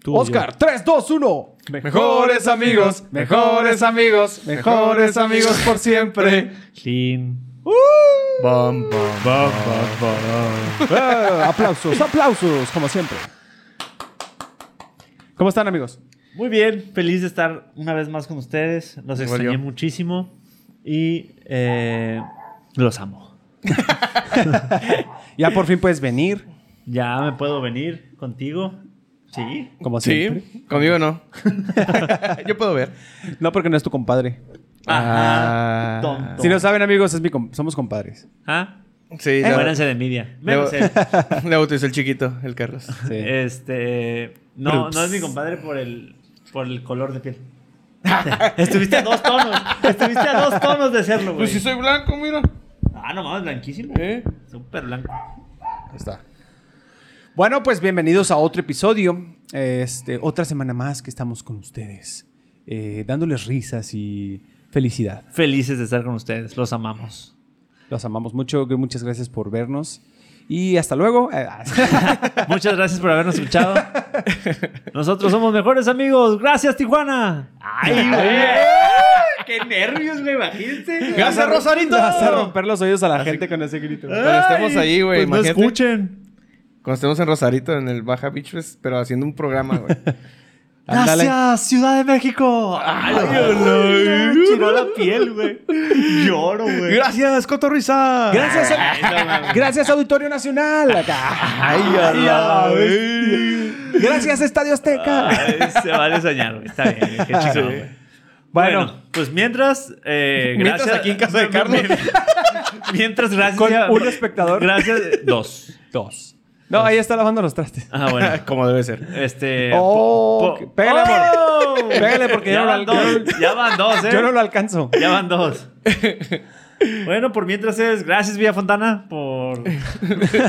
Tú, Oscar, 3, 2, 1. Mejores amigos, mejores amigos, mejores amigos por siempre. Clean. Bom, bom, bom, bom, bom. Eh, aplausos, aplausos, como siempre. ¿Cómo están, amigos? Muy bien, feliz de estar una vez más con ustedes. Los Igual extrañé yo. muchísimo y eh, los amo. Ya por fin puedes venir, Ya me puedo venir contigo. Sí. como siempre. Sí, conmigo no. Yo puedo ver. No, porque no es tu compadre. Ajá. Ah. Tonto. Si no saben, amigos, es mi com- somos compadres. Ah, Sí, le, muéranse de envidia. le, Menos él. le bautizó el chiquito, el Carlos. Sí. Este. No, Ups. no es mi compadre por el, por el color de piel. Estuviste a dos tonos. Estuviste a dos tonos de serlo, güey. Pues soy blanco, mira. Ah, no mames, blanquísimo. ¿Eh? Súper blanco. Ahí está. Bueno, pues bienvenidos a otro episodio. Este, otra semana más que estamos con ustedes, eh, dándoles risas y felicidad. Felices de estar con ustedes. Los amamos. Los amamos mucho. Muchas gracias por vernos. Y hasta luego. Eh, Muchas gracias por habernos escuchado. Nosotros somos mejores amigos. Gracias, Tijuana. ¡Ay, güey! ¡Qué nervios me bajiste! ¡Gasa Rosarito! Vas a romper los oídos a la gente con ese grito. Cuando estemos ahí, güey, Pues no imagínate. escuchen. Cuando estemos en Rosarito, en el Baja Beach Fest, pero haciendo un programa, güey. Ándale. Gracias, Ciudad de México. Ay, hola. me chiró la piel, güey. Lloro, güey. Gracias, Cotorriza. Gracias, eh, gracias Auditorio Nacional. Acá. Ay, a la vez. Gracias Estadio Azteca. Ay, se vale soñar, güey. Está bien, güey. qué chido, güey. Bueno. Bueno, pues mientras, eh, Mientras gracias. aquí en casa de Carlos. mientras, gracias. Con a- un espectador. Gracias, dos. Dos. No, ahí está lavando los trastes. Ah, bueno. Como debe ser. Este. Oh, po- po- pégale, ¡Oh! Pégale, porque yo ya no van lo al- dos. Ya van dos, ¿eh? Yo no lo alcanzo. Ya van dos. Bueno, por mientras es, gracias Villa Fontana por,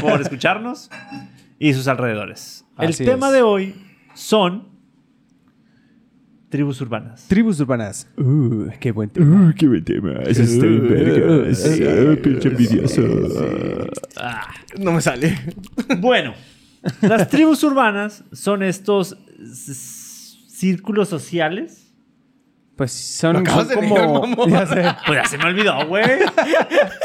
por escucharnos y sus alrededores. Así El tema es. de hoy son tribus urbanas. Tribus urbanas. Uh, qué buen tema. qué buen tema. Eso está bien, vergas. Ah, pinche envidioso. Ah. No me sale. Bueno, las tribus urbanas son estos s- s- círculos sociales. Pues son, Lo acabas son de negar, como. mamón. Ya sé. Pues ya se me olvidó, güey.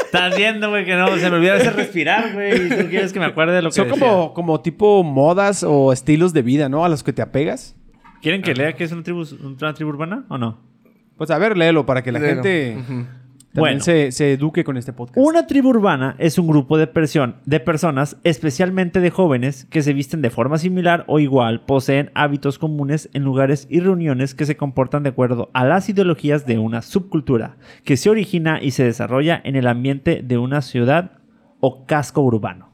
Estás viendo, güey, que no se me olvidó hacer respirar, güey. Y tú quieres que me acuerde de lo que Son decía. como, como tipo modas o estilos de vida, ¿no? A los que te apegas. ¿Quieren que lea que es una tribu, una tribu urbana o no? Pues a ver, léelo para que la Léelo. gente Ujú. también Bueno. se, se eduque con este podcast. Una tribu urbana es un grupo de, persión- de personas, especialmente de jóvenes, que se visten de forma similar o igual, poseen hábitos comunes en lugares y reuniones que se comportan de acuerdo a las ideologías de una subcultura, que se origina y se desarrolla en el ambiente de una ciudad o casco urbano.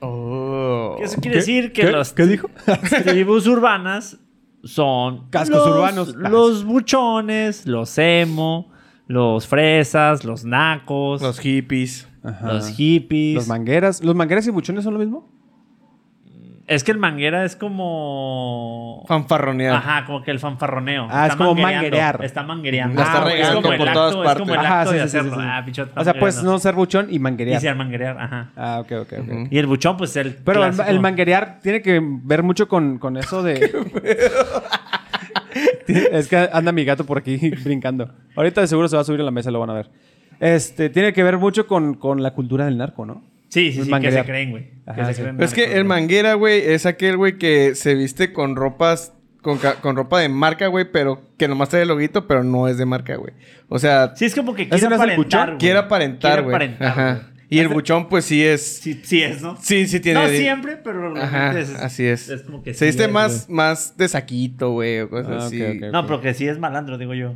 Oh. Eso quiere decir que ¿Qué? los- ¿Qué dijo? las tribus urbanas son Cascos los- urbanos. los buchones, los emo, los fresas, los nacos, Los los, hippies. Ajá. hippies. Los mangueras. ¿Los mangueras y buchones son lo mismo? Es que el manguera es como. Fanfarronear. Ajá, como que el fanfarroneo. Ah, es como manguereando, manguerear. Está manguereando. La está Ah, ok, regando es como el por acto- todas Es como partes. el Ajá, acto sí, de sí, sí, hacerlo. sí, sí. Ah, pichote, O sea, pues no ser buchón y Y manguerear. ser manguerear, ajá. Ah, ok, ok, ok. Ujú. Y el buchón, pues el. Pero el, clásico. el manguerear tiene que ver mucho con, con eso de. es que anda mi gato por aquí brincando. Ahorita de seguro se va a subir a la mesa, lo van a ver. Este, tiene que ver mucho con, con la cultura del narco, ¿no? Sí, sí, el sí, que pues, manguerear. se creen, güey. Que Ajá, se sí. creen Es que narcos, el güey. manguera, güey, es aquel, güey, que se viste con ropas. Con, ca- con ropa de marca, güey, pero que nomás trae el loguito, pero no es de marca, güey. O sea, Sí, es como que ¿Ese quiere no es el buchón? aparentar. güey. quiere aparentar, güey. Quiere aparentar. Ajá. güey. Y el buchón, pues sí es. Sí, sí es, ¿no? Sí, sí tiene. No de- siempre, pero. Ajá, realmente es- así es. Es como que se sí viste es, más, güey. más de saquito, güey, o cosas Ah, ok, así. ok. No, pero que sí es malandro, digo yo.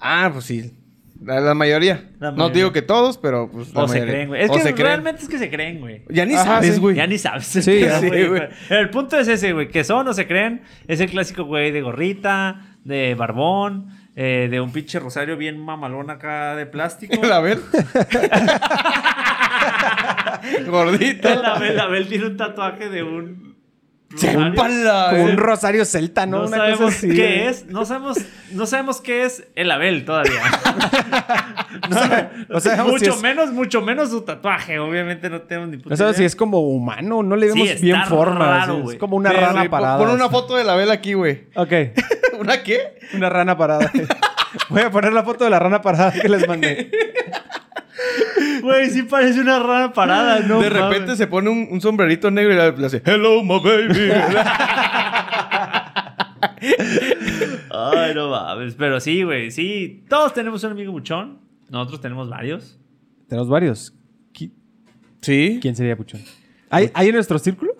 Ah, pues sí. La, la mayoría. La No mayoría. digo que todos, pero pues la O se mayoría. creen, güey. Es O se que creen. realmente es que se creen, güey. Ya ni Ajá, sabes, sí. güey. Ya ni sabes. Sí, Ya, sí, güey. güey. Pero El punto es ese, güey. Que son o se creen. Es el clásico, güey, de gorrita, de barbón, eh, de un pinche rosario bien mamalón acá de plástico. El Abel. Gordito. El Abel, el Abel tiene un tatuaje de un Sémpala, Como eh. güey. un rosario celta, Ah, ¿no? No Una sabemos cosa así. qué es, no sabemos, no sabemos qué es el Abel todavía. No, no sabemos si mucho es- menos, mucho menos su tatuaje, obviamente no tenemos ni puta No sabemos si idea. es como humano, no le pues, Sí, vemos está bien forma. raro, sí, es güey. como una Sí, rana sí, pon- parada. Pon una así. foto de la vela aquí, güey. Ok. ¿Una qué? Una rana parada. Voy a poner la foto de la rana parada que les mandé. Güey, sí parece una rana parada, ¿no? de mames. repente se pone un, un sombrerito negro y le- le hace, hello, my baby. Ay, no mames. Pero sí, güey, sí. Todos tenemos un amigo buchón. Nosotros tenemos varios. Tenemos varios. ¿Qui- ¿Sí? ¿Quién sería Puchón? ¿Hay, hay en nuestro círculo?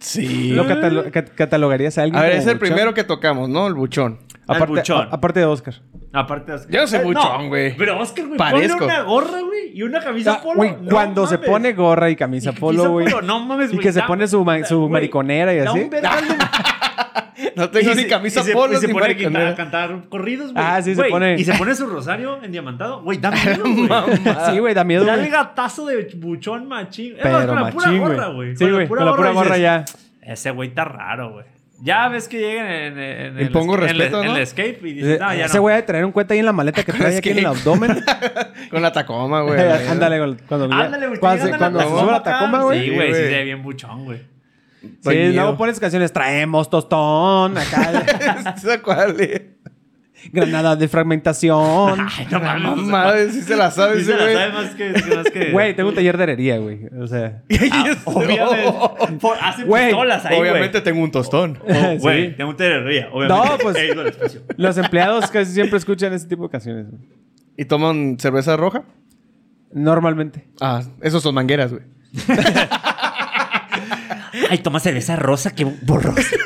Sí. ¿Lo catalo- cat- catalogarías a alguien? A ver, como es el buchón? primero que tocamos, ¿no? El buchón. Aparte, Al buchón. a- aparte de Oscar. Aparte, Oscar. Yo no soy Eh, buchón, güey. Pero Oscar, güey, Parezco. ponle una gorra, güey, y una camisa Ah, polo. güey, No cuando se mames. pone gorra y camisa Y polo, camisa güey. polo, No mames, y güey. que se da- pone su, ma- su güey, mariconera y da así. un vergal de- No tengo Y ni se- camisa y se- polo Y se ni pone a quitar- mariconera. a cantar corridos, güey. Ah, sí, se Güey, pone- Y se pone su rosario endiamantado. Güey, da miedo, güey. sí, güey, da miedo. Da güey. el gatazo de buchón machín. Es más, Pero con la pura machín, gorra, güey. güey. Sí, güey, con la pura gorra dices, ya. Ese güey está raro, güey. Ya ves que llegan en, en- en Y pongo en respeto, en ¿no? Eh, el escape y dices, Dice, no, ya Ese no. güey ha de traer un cuenta ahí en la maleta que trae aquí en el que- abdomen. Con la tacoma, güey. Eh, Ándale, güey, cuando, Ándale, güey. cuando, se- ándale, cuando se Tacoma sube la acá. tacoma, Sí, güey. Sí, güey, sí güey. se ve bien buchón, güey. Da Sí, luego miedo. pones canciones, traemos tostón, acá, ¿Esa cuál es? granada de fragmentación. Ay, no mames. o sea, Madre, sí se la sabe Sí se ese la sabe güey. más que... que más que- Güey, tengo un taller de herrería, güey. O sea, Ah, obviamente. Por- Hace Güey, pistolas Pues ahí, güey. Obviamente tengo un tostón. Oh, Güey, Sí. tengo un tererría, obviamente. No, pues- He ido al espacio. los empleados casi siempre escuchan ese tipo de canciones. güey. ¿Y toman cerveza roja? Normalmente. Ah, esos son mangueras, güey. Ay, toma cerveza rosa, qué borrosa.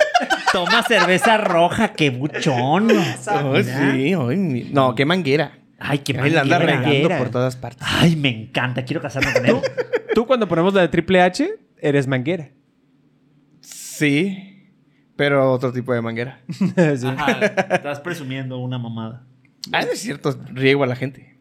toma cerveza roja, qué buchón. Ay, sí, ay, mi- No, qué manguera. Ay, qué Ay, la anda manguera. regando por todas partes. Ay, me encanta, quiero casarme con él. Tú cuando ponemos la de Triple H, eres manguera. Sí, pero otro tipo de manguera. Sí. Ajá, estás presumiendo una mamada. Ah, no es cierto, riego a la gente.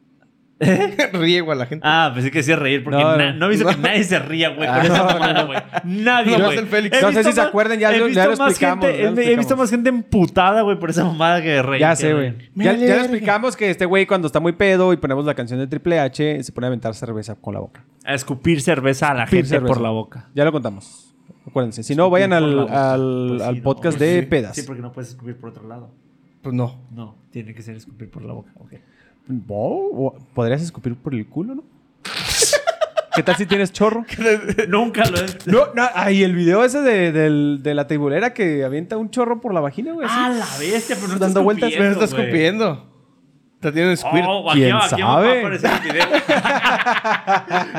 riego a la gente. Ah, pensé que sí a reír, porque No, na- no. no he visto que nadie se ría, güey, con Ah, esa no, mamada, no. güey. Nadie, No, güey. es el Félix. He No sé visto si se más- acuerden, ya he lo- ya visto lo más explicamos, gente- ya lo He visto explicamos. más gente emputada, güey, por esa mamada que de reír. Ya que sé, de güey. reír. Ya, Vale, ya lo verga. explicamos que este güey cuando está muy pedo y ponemos la canción de Triple H, se pone a aventar cerveza con la boca. A escupir cerveza a la Escupir gente cerveza. por la boca. Ya lo contamos. Acuérdense. Si no, vayan Por la al, boca. al- Pues sí, al no, podcast pues de sí. pedas. Sí, porque no puedes escupir por otro lado. Pues no. No, tiene que ser escupir por la boca. ok. Wow, o- ¿Podrías escupir por el culo, no? ¿Qué tal si tienes chorro? Nunca lo es. No, no, ay, el video ese de, del- de la tribulera que avienta un chorro por la vagina, güey. así. Ah, la bestia, pero no Dando está vueltas, Me está güey. escupiendo. Te tiene un squirt. Oh, ¿Quién aquí, aquí va sabe? a aparecer el video.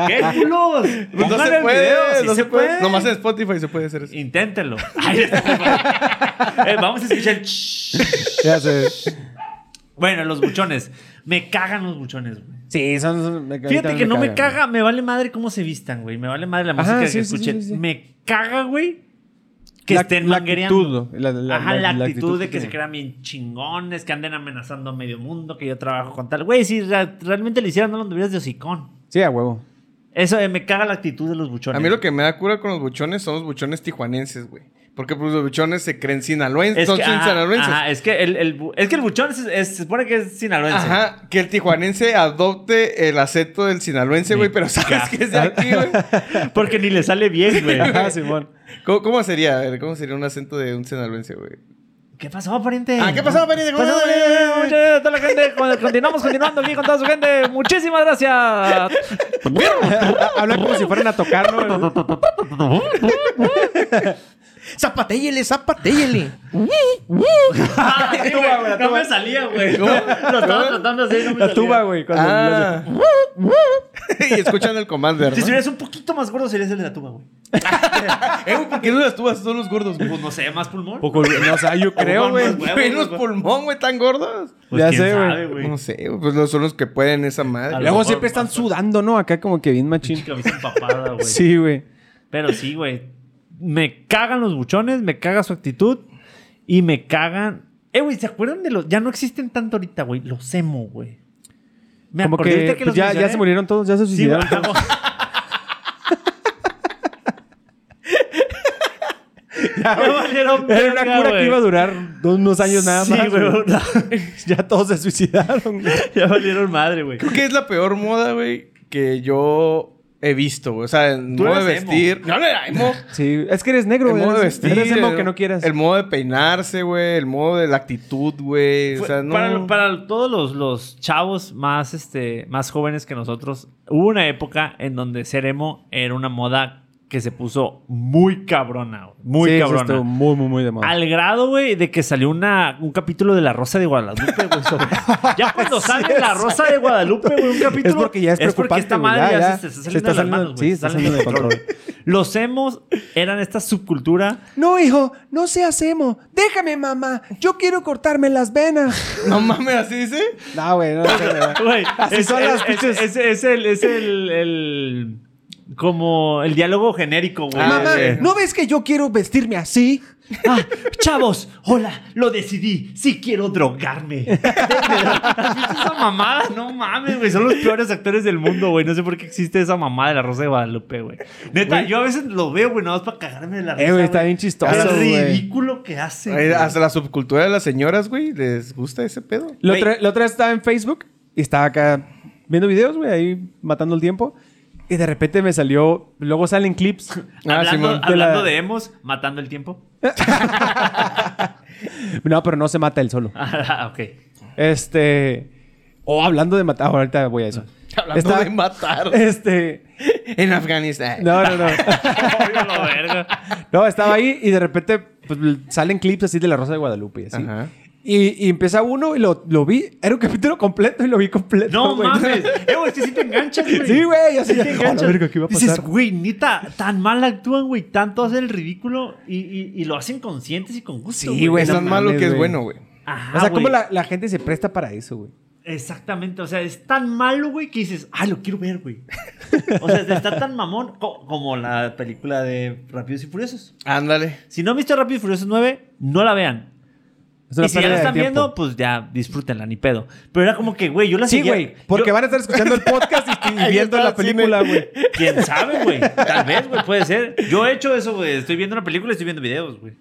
¡Qué culos! Pues no Pongan se el puede, video, sí no se puede. Nomás en Spotify se puede hacer eso. Inténtenlo. Ay, eh, vamos a escuchar el shh. Ya sé. Bueno, los buchones. Me cagan los buchones, güey. Sí, son. son- me- ahorita Fíjate que no me cagan, caga, me vale madre cómo se vistan, güey. Me vale madre la Ajá, música sí, que sí, escuchen. sí, sí. Me caga, güey, que La- estén la manguereando. actitud, ¿no? La- la- Ajá, la, la- la actitud, actitud de que que se tienen. crean bien chingones, que anden amenazando a medio mundo, que yo trabajo con tal. Güey, si ra- realmente lo hicieran, no lo tuvieras de hocicón. güey. Sí, a huevo. Eso, eh, me caga la actitud de los buchones. A mí lo que me da cura con los buchones son los buchones tijuanenses, güey. Porque pues, los buchones se creen sinaloenses. es son que, sin- ajá, sinaloenses. ajá, es que el, el bu- es que el buchón es- es- se supone que es sinaloense. Ajá, que el tijuanense adopte el acento del sinaloense, güey, Me pero sabes caga. que es de aquí, güey. Porque ni le sale bien, güey. Ajá, Simón. ¿Cómo, cómo sería? A ver, ¿cómo sería un acento de un sinaloense, güey? ¿Qué pasó, pariente? Ah, ¿qué pasó, pariente? ¿Qué pasó, pariente? Mucha- Toda la gente, con- continuamos continuando aquí con toda su gente. Muchísimas gracias. Habla como si fueran a tocar, ¿no? Zapatéyele, zapatéyele. Ah, sí, tuba, güey, güey, la no tuba. me salía, güey. Lo estaba tratando así, no me La salía. tuba, güey. cuando- Ah. y escuchan el commander, Si ¿no? estuvieras un poquito más gordo, serías el de la tuba, güey. Eh, güey, ¿por qué no las tubas son los gordos, güey? Pues no sé, más pulmón. Poco, no, o sea, yo creo, Vamos, güey. güey. Güey, los pulmón, güey, tan gordos. Pues ya quién sé, güey. sabe, güey. No sé, güey, pues los- son los que pueden esa A madre. lo Luego mejor siempre están sudando, ¿no? Acá como que bien machín. Camisa empapada, güey. Sí, güey. Pero sí, güey. Me cagan los buchones, me caga su actitud y me cagan. Eh, güey, ¿se acuerdan de los.? Ya no existen tanto ahorita, güey. Los emo, güey. Me Como acordé que ahorita pues, ya, ya mencioné. se murieron todos, ya se Sí, güey. suicidaron. todos. ya, güey. Ya valieron Era una verga, cura que güey. iba a durar dos- unos años nada Sí, más. güey, no. ya todos se suicidaron. güey. Ya valieron madre, güey. Creo que es la peor moda, güey, que yo he visto, güey. O sea, el Tú modo de eres emo. vestir. No, no era emo. Sí, es que eres negro, El güey. modo de Eres, vestir. eres emo el- que no quieras. El modo de peinarse, güey. El modo de la actitud, güey. O Fue- sea, no. para, para todos los, los chavos más, este, más jóvenes que nosotros, hubo una época en donde ser emo era una moda que se puso muy cabrona, güey. muy Sí, eso cabrona. estuvo muy, muy, muy de moda. Al grado, güey, de que salió una, un capítulo de La Rosa de Guadalupe, güey. sobre- Ya cuando sale La Rosa de Guadalupe, güey, un capítulo. Es porque ya es porque preocupante, esta güey, madre ya, ya, ya. Se, se Se está saliendo de está las manos, saliendo- güey, sí, se está está saliendo de saliendo de control. Los emos eran esta subcultura No, hijo, no seas emo. Déjame, mamá. Yo quiero cortarme las venas. No mames, así dice. No, güey, no. no, no, no. Güey, Así es, son es- las es- pinches- Es, es el, es el, el- Como el diálogo genérico, güey. Ah, Mamá, eh. ¿no ves que yo quiero vestirme así? Ah, chavos, hola, lo decidí. Sí quiero drogarme. esa mamada, no mames, güey. Son los peores actores del mundo, güey. No sé por qué existe esa mamada de la Rosa de Guadalupe, güey. Neta, yo a veces lo veo, güey, nada más para cagarme de la risa. Eh, güey, está bien chistoso, Es güey. ridículo que hace. Ay, güey. Hasta la subcultura de las señoras, güey, les gusta ese pedo. La Güey. otra, la otra vez estaba en Facebook y estaba acá viendo videos, güey, ahí matando el tiempo. Y de repente me salió. Luego salen clips. hablando, Simón. de Ah, la- hablando de hemos, matando el tiempo. No, pero no se mata él solo. Ah, ok. Este. O hablando de matar. Ahorita voy a eso. Hablando Estaba- de matar. Este. En Afganistán. No, no, no. Oiga la verga. No, estaba ahí y de repente pues, salen clips así de la Rosa de Guadalupe. y Así. Ajá. Y, y empieza uno y lo, lo vi. Era un capítulo completo y lo vi completo. No güey. mames. Eh, güey, sí, sí te enganchas, güey. Sí, güey. Así Sí de, te enganchas. verga, ¿qué iba a pasar? Dices, güey, neta, tan mal actúan, güey. Tanto hacen el ridículo y, y- y lo hacen conscientes y con gusto. Sí, güey, Es no tan malo mames, que es güey. bueno, güey. Ajá, o sea, güey. ¿cómo la, la gente se presta para eso, güey? Exactamente. O sea, es tan malo, güey, que dices, ah, lo quiero ver, güey. O sea, está tan mamón co- como la película de Rápidos y Furiosos. Ándale. Si no han visto Rápidos y Furiosos 9, no la vean. Es una y si ya pérdida la de están tiempo. viendo, pues ya disfrútenla, ni pedo. Pero era como que, güey, yo la Sí, seguía- güey. Porque yo- van a estar escuchando el podcast y- y, Ahí viendo está la el cine. película, güey. Quién sabe, güey. Tal vez, güey, puede ser. Yo he hecho eso, güey. Estoy viendo una película y estoy viendo videos, güey.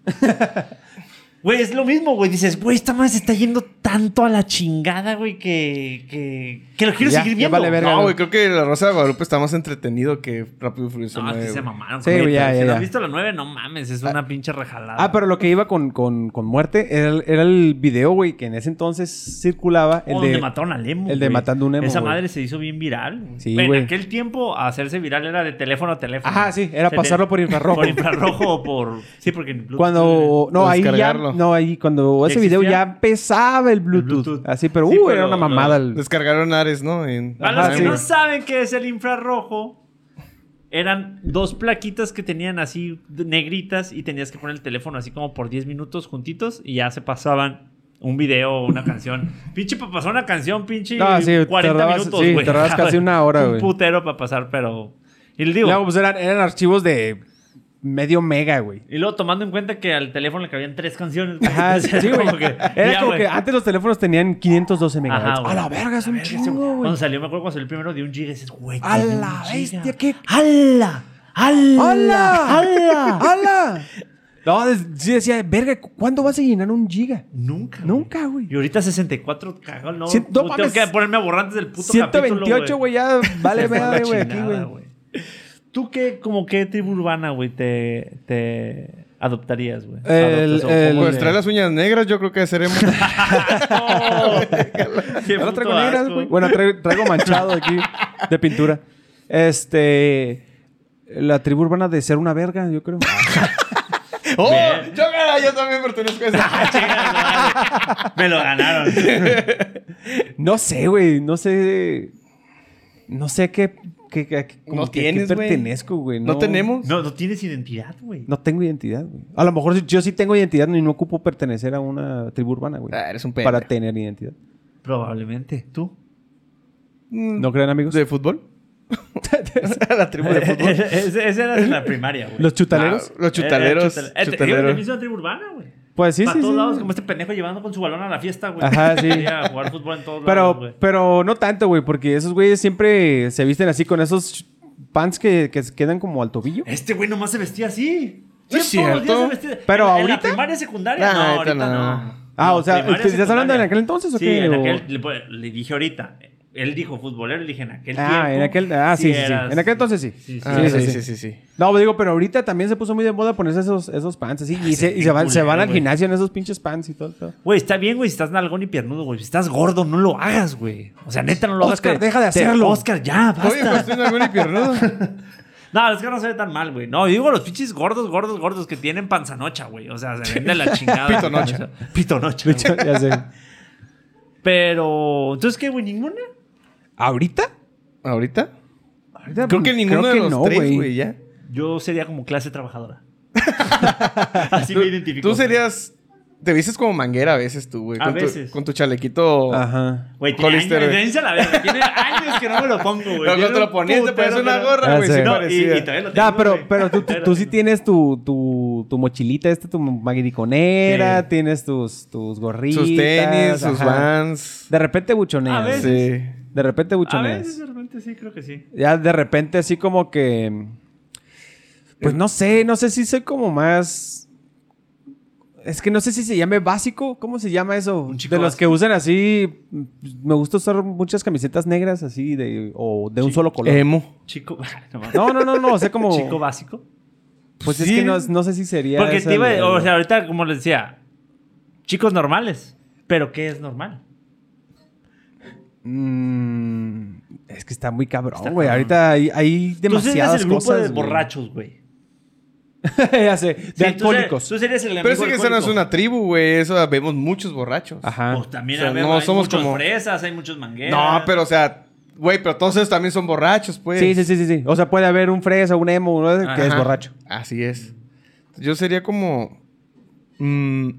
Güey, es lo mismo, güey. Dices, güey, esta madre se está yendo tanto a la chingada, güey, que, que, que lo quiero Ya, seguir ya viendo. vale verga. No, güey, creo que La Rosa de Guadalupe está más entretenido que Rápido y Furioso. No, es que nueve, se güey. mamaron. Sí, güey, güey, ya, pero ya, Si no ya. has visto la 9, no mames. Es una pinche rejalada. Ah, pero lo que iba con, con, con muerte era el, era el video, güey, que en ese entonces circulaba. O El Oh, donde de, mataron al emo. el de güey. matando un emo, Esa güey. madre se hizo bien viral. Sí, en güey. aquel tiempo hacerse viral era de teléfono a teléfono. Ajá, sí, era Se pasarlo por infrarrojo. Por infrarrojo o por. Sí, porque. en Bluetooth- Cuando. No, O ahí ya. descargarlo. No, ahí cuando ¿Ya ese video existía? ya empezaba el Bluetooth. Bluetooth. Así, pero, Sí, uh, pero era una lo- mamada. el- Descargaron Ares, ¿no? En- Para Ajá, los que sí. no saben qué es el infrarrojo, eran dos plaquitas que tenían así de- negritas y tenías que poner el teléfono así como por 10 minutos juntitos y ya se pasaban un video o una canción. Pinche para pasar una canción, pinche No, sí, 40 tardabas- minutos, sí, güey. tardabas casi una hora, güey. Un putero para pasar, pero... Y le digo... Luego, pues eran, eran archivos de medio mega, güey. y luego tomando en cuenta que al teléfono le cabían tres canciones. güey. Ajá, sí, Entonces, sí, güey. como que, Era ya, como güey. que ah, antes los teléfonos tenían 512 megabytes. Ajá, güey. a la verga, es un verga, ese- chingo, güey. Cuando salió, me acuerdo cuando salió el primero de un giga, dices, güey. A de un la giga. bestia, qué- ¡Ala! ¡Ala! ¡Hala! ¡Ala! ¡Hala! No, des- sí decía, verga, ¿cu- ¿cuándo vas a llenar un giga? Nunca. Nunca, güey. Y ahorita 64, cagón, no. Cien- no tengo mames. que ponerme aborrantes del puto 128, capítulo, güey, ya vale verga, güey, aquí, Chingada, güey. güey. ¿Tú qué, como qué tribu urbana, güey, te, te adoptarías, güey? El- Adoptas o- el- ¿cómo Pues trae las uñas negras, yo creo que seremos. ¡No! Qué Ya lo puto traigo negras, asco. güey. Bueno, traigo, traigo manchado aquí de pintura. Este. La tribu urbana de ser una verga, yo creo. ¡Oh! Bien. Yo, cara, yo también pertenezco a esa. Ah, chingada, madre. Me lo ganaron. No sé, güey. No sé. No sé a qué. qué- qué- como No que a qué tienes, güey. pertenezco, güey. ¿No tenemos? No, no tienes identidad, güey. No tengo identidad, güey. A lo mejor yo sí tengo identidad y no ocupo pertenecer a una tribu urbana, güey. Ah, eres un para pendejo. tener identidad. Probablemente. ¿Tú? ¿No creen, amigos? Mm. ¿De fútbol? la tribu de fútbol. Ese- Ese era de la primaria, güey. ¿Los chutaleros? Ah, los chutaleros. Era- era chutale- Eh, te- era chutaleros. de la tribu urbana, güey. Pues sí, Para sí, todos sí. lados, como este pendejo llevando con su balón a la fiesta, güey. Ajá, sí. Quería jugar fútbol en todos lados, Pero, güey. pero no tanto, güey, porque esos güeyes siempre se visten así con esos pants que, que se quedan como al tobillo. Este güey nomás se vestía así. No es Siempre todos los días cierto. se vestía- Pero en- en ahorita- la primaria secundaria, Nah, no, ahorita ahorita no. no. Ah, o sea, Primaria, ¿te- ¿estás hablando secundaria. en aquel entonces o Sí, qué? en O- aquel- le, pues, le dije ahorita. Él dijo futbolero, le dije en aquel tiempo. Ah, en aquel, ah, sí, sí, sí. eras- En aquel entonces sí. Sí, sí, Ah, sí. sí, sí, sí, sí. sí, sí. No, pues digo, pero ahorita también se puso muy de moda ponerse esos, esos pants así. Y, se, y se van, qué se van Ah, culero, al güey. gimnasio en esos pinches pants y todo. todo. Güey, está bien, güey, si estás nalgón y piernudo, güey. Si estás gordo, no lo hagas, güey. O sea, neta, no lo hagas. Oscar, que- deja de te- hacerlo. Oscar, ya, basta. Oye, pues estoy algún piernudo. No, es que no se ve tan mal, güey. No, yo digo los pinches gordos, gordos, gordos que tienen panzanocha, güey. O sea, se ven de la chingada. Pitonocha. Pitonocha. De güey. hecho, ya sé. Pero, ¿entonces qué, güey? ¿Ninguna? ¿Ahorita? ¿Ahorita? Ahorita, pues, Creo que ninguno creo de que los no, tres, güey, ya. Yo sería como clase trabajadora. Así me identifico. Tú serías... Te vistes como manguera a veces tú, güey. A con tu- veces. Con tu chalequito... Ajá. Güey, tiene años, Hollister, güey. dense a la verga. Tiene años que no me lo pongo, güey. Pero cuando te lo ponías te ponías parece una Ya gorra, güey. sé. Sí, Ah, No, y, y parecía. todavía lo tengo. Ya, pero, güey. pero tú, tú, Todavía lo tú sí tengo. tienes tu, tu, tu mochilita esta, tu maguiriconera, Sí. tienes tus, tus gorritas. Sus tenis, sus ajá. vans. De repente buchoneas. A veces. Sí. De repente A buchoneas. veces, de repente sí, creo que sí. Ya de repente así como que... Pues no sé, no sé si soy como más... Es que no sé si se llame básico. ¿Cómo se llama eso? Un chico De los básico. que usan así... Me gusta usar muchas camisetas negras así de... O de un solo color. Emo. Chico. No, mames. No, no, no, no. O sea, como... Em. Chico básico. pues es sí. que no, no sé si sería... Porque esa te iba, el- o sea, ahorita, como les decía, chicos normales. Pero ¿qué es normal? Mm, es que está muy Está cabrón, güey. cabrón. Ahorita hay, hay Tú serías demasiadas el grupo cosas, de güey. borrachos, güey. Ya sé, de Sí, tú alcohólicos. ser- Tú serías el amigo Pero es que esa no es alcohólico. una tribu, güey. Eso vemos muchos borrachos. Ajá. Pues también O sea, a ver, no hay somos muchos como- fresas, hay muchos mangueras. No, pero o sea... Güey, pero todos esos también son borrachos, pues. Sí, sí, sí, sí, sí. O sea, puede haber un fresa, un emo, uno de- que es Ajá. borracho. Así es. Yo sería como. mm,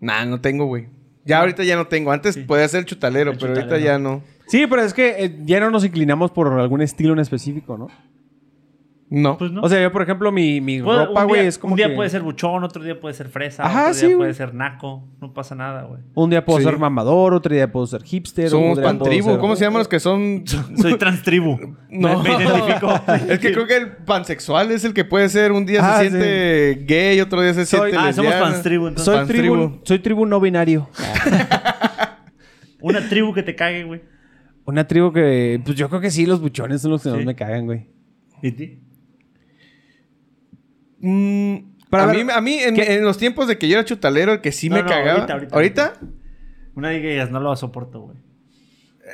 nah, no tengo, güey. Ya ahorita ya no tengo. Antes podía ser chutalero, El pero ahorita chutalero. ya no. Sí, pero es que eh, ya no nos inclinamos por algún estilo en específico, ¿no? No. Pues no. O sea, yo, por ejemplo, mi, mi Puedo- ropa, un güey, día- es como Un día que- puede ser buchón, otro día puede ser fresa, Ajá, otro sí, día güey. puede ser naco. No pasa nada, güey. Un día puedo Sí. ser mamador, otro día puedo ser hipster. Somos otro día puedo pantribu. ser- ¿Cómo se llaman los que son.? Soy transtribu. No. Me, me identifico. es que creo que el pansexual es el que puede ser. Un día Ah, se siente gay, otro día se Soy- siente. Ah, somos lesbiana. panstribu, entonces. Soy tribu, Pantribu. soy tribu no binario. Una tribu que te cague, güey. Una tribu que... Pues yo creo que sí, los buchones son los que más Sí. me cagan, güey. ¿Y ti? Mm, Pero a a, ver, mí, a mí, en, en los tiempos de que yo era chutalero, el que sí No, me no, cagaba. ahorita, ahorita. Una de que digas, no lo soporto, güey.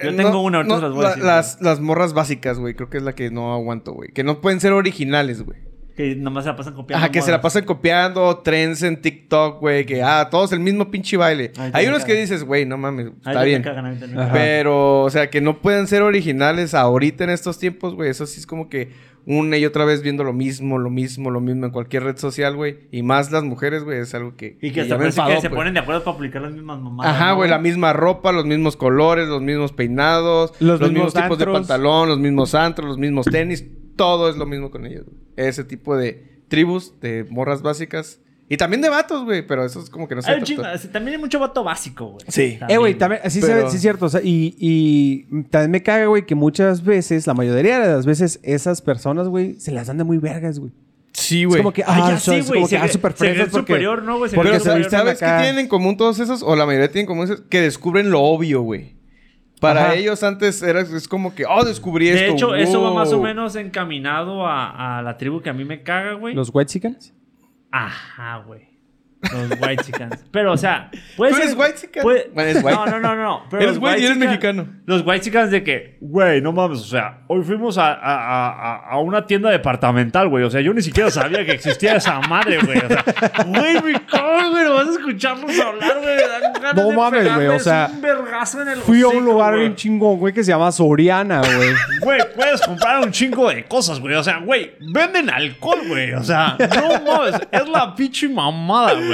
Yo Eh, tengo no, una, ahorita no, se las voy a la- decir. Las, las morras básicas, güey. Creo que es la que no aguanto, güey. Que no pueden ser originales, güey. Que nomás se la pasan copiando. Ajá, que se la modas. pasan copiando trends en TikTok, güey. Que, ah, todos el mismo pinche baile. Ay, te Hay me unos que cagan. dices, güey, no mames, Ahí está te bien. cagan, ahí te Ajá. Pero, o sea, que no pueden ser originales ahorita en estos tiempos, güey. Eso sí es como que una y otra vez viendo lo mismo, lo mismo, lo mismo en cualquier red social, güey. Y más las mujeres, güey, es algo que. Y que ya hasta me parece que enfadó, se pues. ponen de acuerdo para publicar las mismas mamadas. Ajá, ¿no, güey, la misma ropa, los mismos colores, los mismos peinados, los, Los mismos, mismos tipos de antros. pantalón, los mismos antros, los mismos tenis, todo es lo mismo con ellos. güey. Ese tipo de tribus, de morras básicas y también de vatos, güey, pero eso es como que no Hay sé. un chingo, así, también hay mucho vato básico, güey. Sí. Eh, güey, también, sí, se Pero- ve- sí es cierto. o sea, y, y también me caga, güey, que muchas veces, la mayoría de las veces, esas personas, güey, se las dan de muy vergas, güey. Sí, Es como que, Ah, ah, ya son- sí, es güey, como que, se ah, cree- super se cree fresas porque- superior, ¿no, güey? Se porque cree se pero, superior. visten ¿sabes qué acá. tienen en común todos esos? O la mayoría tienen en común esos, que descubren lo obvio, güey. Para Ajá. ellos antes era es como que, oh, descubrí De esto. hecho, eso va más o wow". menos encaminado a, a la tribu que a mí me caga, güey. Los white chickens. Ajá, güey. Los white chickans. Pero, o sea, puede ¿Tú ser- eres white chican? puede- Bueno, eres white. No, no, no, no. Pero Eres los white y eres chican- mexicano. Los white chickens de que, güey, no mames, o sea, hoy fuimos a, a- a- a- a una tienda departamental, güey. O sea, yo ni siquiera sabía que existía esa madre, güey. O sea, güey, mi cómo, güey, vas a escucharlos hablar, güey. Me dan ganas No de mames, güey, o pegarles sea, un vergazo en el Fui a un hocico, lugar güey. bien chingón, güey, que se llama Soriana, güey. Güey, puedes comprar un chingo de cosas, güey. O sea, güey, venden alcohol, güey. O sea, no mames, es la pinche mamada, güey.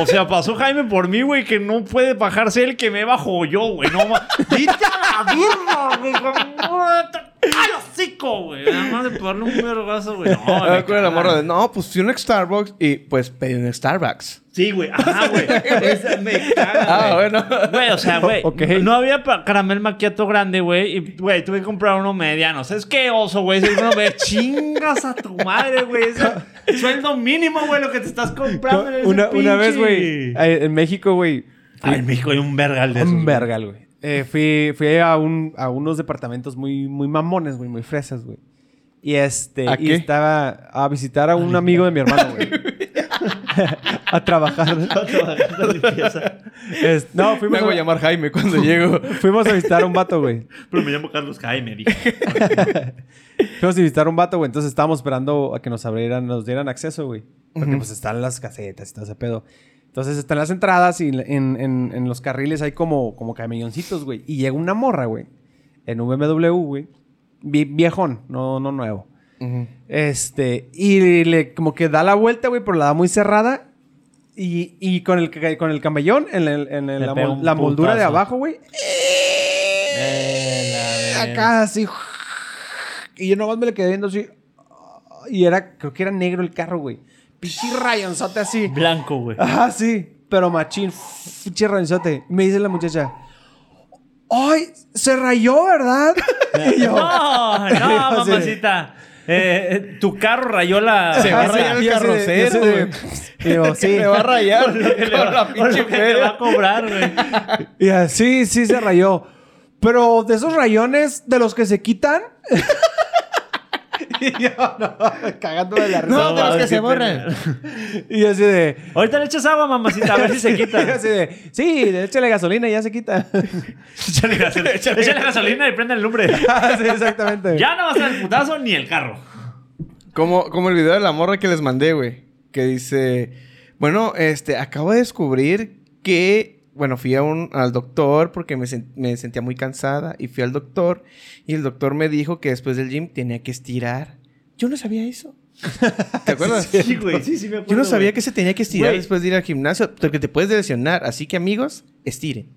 O sea, pasó Jaime por mí, güey, que no puede bajarse él que me bajo yo, güey. No mames. Viste a la birra, güey. con- ¡Ay, hocico, güey! Nada más de pegarle un vergazo, güey. No, Ah, me con la caga. morra de, no, pues fui a un Starbucks y pues pedí un Starbucks. Sí, güey. Ajá, güey. Esa me caga, Ah, bueno. Güey, o sea, güey. Ok. No había pa- caramel maquiato grande, güey. Y, güey, tuve que comprar uno mediano. ¿Sabes qué oso, güey? Si uno ve, chingas a tu madre, güey. Ese Sueldo mínimo, güey, lo que te estás comprando. en ese Una, una pinche- vez, güey, eh, en México, güey. Ay, en México hay un vergal de esos. Un güey. vergal, güey. Eh, fui fui a, un, a unos departamentos muy, muy mamones, güey, muy fresas, güey. Y este, ¿A y qué? estaba a visitar a un amigo de mi hermano, güey. a trabajar. La limpieza. Es- no, Me fuimos hago a, llamar Jaime cuando llego. fuimos a visitar a un vato, güey. Pero me llamo Carlos Jaime, dije. Fuimos a visitar a un vato, güey. Entonces estábamos esperando a que nos abrieran, nos dieran acceso, güey. Porque pues están las casetas y todo ese pedo. Entonces están las entradas y en, en- en- en los carriles hay como, como camioncitos, güey. Y llega una morra, güey. En un BMW, güey. Vi- Viejón, no, no nuevo. Ujú. Este, y le como que da la vuelta, güey, pero la da muy cerrada. Y, y con, el, ca- con el camellón, en, el- en el- Le la, pega mol- un la moldura de putazo. Eh, abajo, güey. Acá así. Y yo nomás me le quedé viendo así. Y era, creo que era negro el carro, güey. Pichi rayonzote así. Blanco, güey. Ajá, sí. Pero machín, pinche rayonzote. Y Me dice la muchacha. ¡Ay! Se rayó, ¿verdad? Y yo, No, no, Yo así de- mamacita. Eh, eh, tu carro rayó la. Se va a barra. rayar el Y así de- y así carrocero, de- güey. y digo, sí. Me va a rayar Lo que le con va- la o lo pinche que te va a feria. cobrar, güey. Y así, sí se rayó. Pero de esos rayones, de los que se quitan. y yo, no, cagando de la risa. No, de los mames, que se qué borran. Y así de. Ahorita le echas agua, mamacita, a ver si se quita. Y así de, sí, échale gasolina y ya se quita. Échale gasolina, échale gasolina y prende el lumbre. Ah, sí, exactamente. Ya no va a ser el putazo ni el carro. Como, como el video de la morra que les mandé, güey. Que dice, bueno, este, acabo de descubrir que, bueno, fui a un, al doctor porque me, sen- me sentía muy cansada y fui al doctor y el doctor me dijo que después del gym tenía que estirar. Yo no sabía eso. ¿Te acuerdas? Sí, güey, sí, sí me acuerdo. Yo no sabía güey. que se tenía que estirar Güey. después de ir al gimnasio porque te puedes lesionar. Así que, amigos, estiren.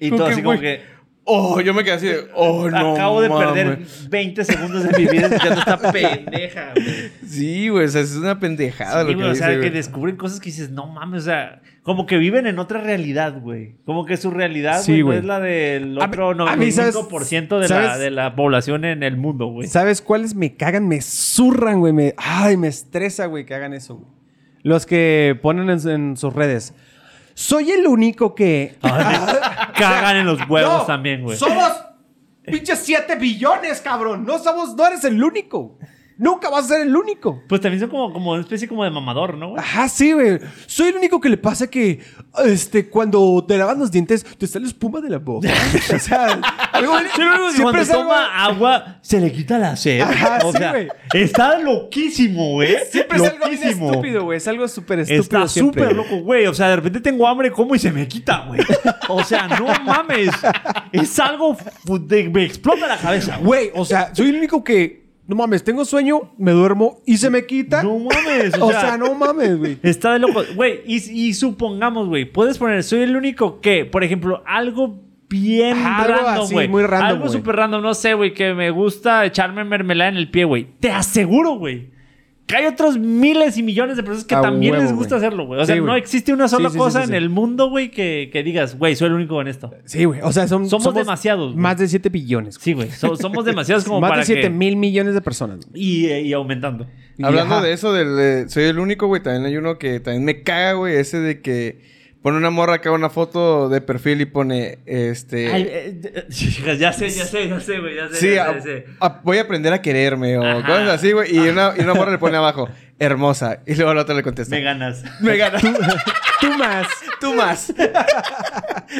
Y todo así como güey, que. Oh, yo me quedé así de, oh, no. acabo de mames". perder 20 segundos de mi vida escuchando esta pendeja, güey. Sí, güey, o sea, es una pendejada Sí, lo que güey, o sea, dice, que güey. descubren cosas que dices, no mames, o sea, como que viven en otra realidad, güey. Como que su realidad, güey, Sí, no güey. es la del A mí- otro a mí, ¿sabes? 95% de la, ¿Sabes? de la población en el mundo, güey. ¿Sabes cuáles me cagan? Me zurran, güey. Me, ay, me estresa, güey, que hagan eso, güey. Los que ponen en, en sus redes. Soy el único que. Cagan en los huevos No, también, güey. Somos pinches 7 billones, cabrón. No somos, no eres el único. Nunca vas a ser el único. Pues también son como, como una especie como de mamador, ¿no, güey? Ajá, sí, güey. Soy el único que le pasa que este, cuando te lavas los dientes, te sale espuma de la boca. o sea, algo- Sí, luego que siempre cuando es algo- toma agua, se le quita la sed. Ajá, o sí, sea, güey. está loquísimo, güey. Siempre es algo bien Loquísimo. estúpido, güey. Es algo súper estúpido. Está siempre. súper loco, güey. O sea, de repente tengo hambre, como y se me quita, güey. O sea, no mames. Es algo fu- de- me explota la cabeza, güey. Güey, o sea, soy el único que. No mames, tengo sueño, me duermo y se me quita. No mames. o sea, no mames, güey. Está de loco. Güey, y, y supongamos, güey, puedes poner, soy el único que, por ejemplo, algo bien Algo random, así, güey. muy random, Algo güey. súper random, no sé, güey, que me gusta echarme mermelada en el pie, güey. Te aseguro, güey. Que hay otros miles y millones de personas que A también huevo, les gusta güey. hacerlo, güey. O sea, Sí, güey. no existe una Sí, sola sí, sí, cosa sí, en sí. el mundo, güey, que, que digas, güey, soy el único en esto. Sí, güey. O sea, son, Somos demasiados, güey. Más de 7 billones. Sí, güey. so- somos demasiados como más para de 7 que... mil millones de personas. güey. Y, eh, y aumentando. Hablando Ajá. de eso, del, eh, soy el único, güey. También hay uno que también me caga, güey. Ese de que pone una morra acá una foto de perfil y pone, este... Ay, eh, eh, ya sé, ya sé, ya sé, güey, ya sé. sí, ya sé, ah, a- ya sé. a- voy a aprender a quererme o Ajá. Ah. cosas así, güey. Y una, y una morra le pone abajo, hermosa. Y luego la otra le contesta, Me ganas. me ganas. Tú más. Tú más.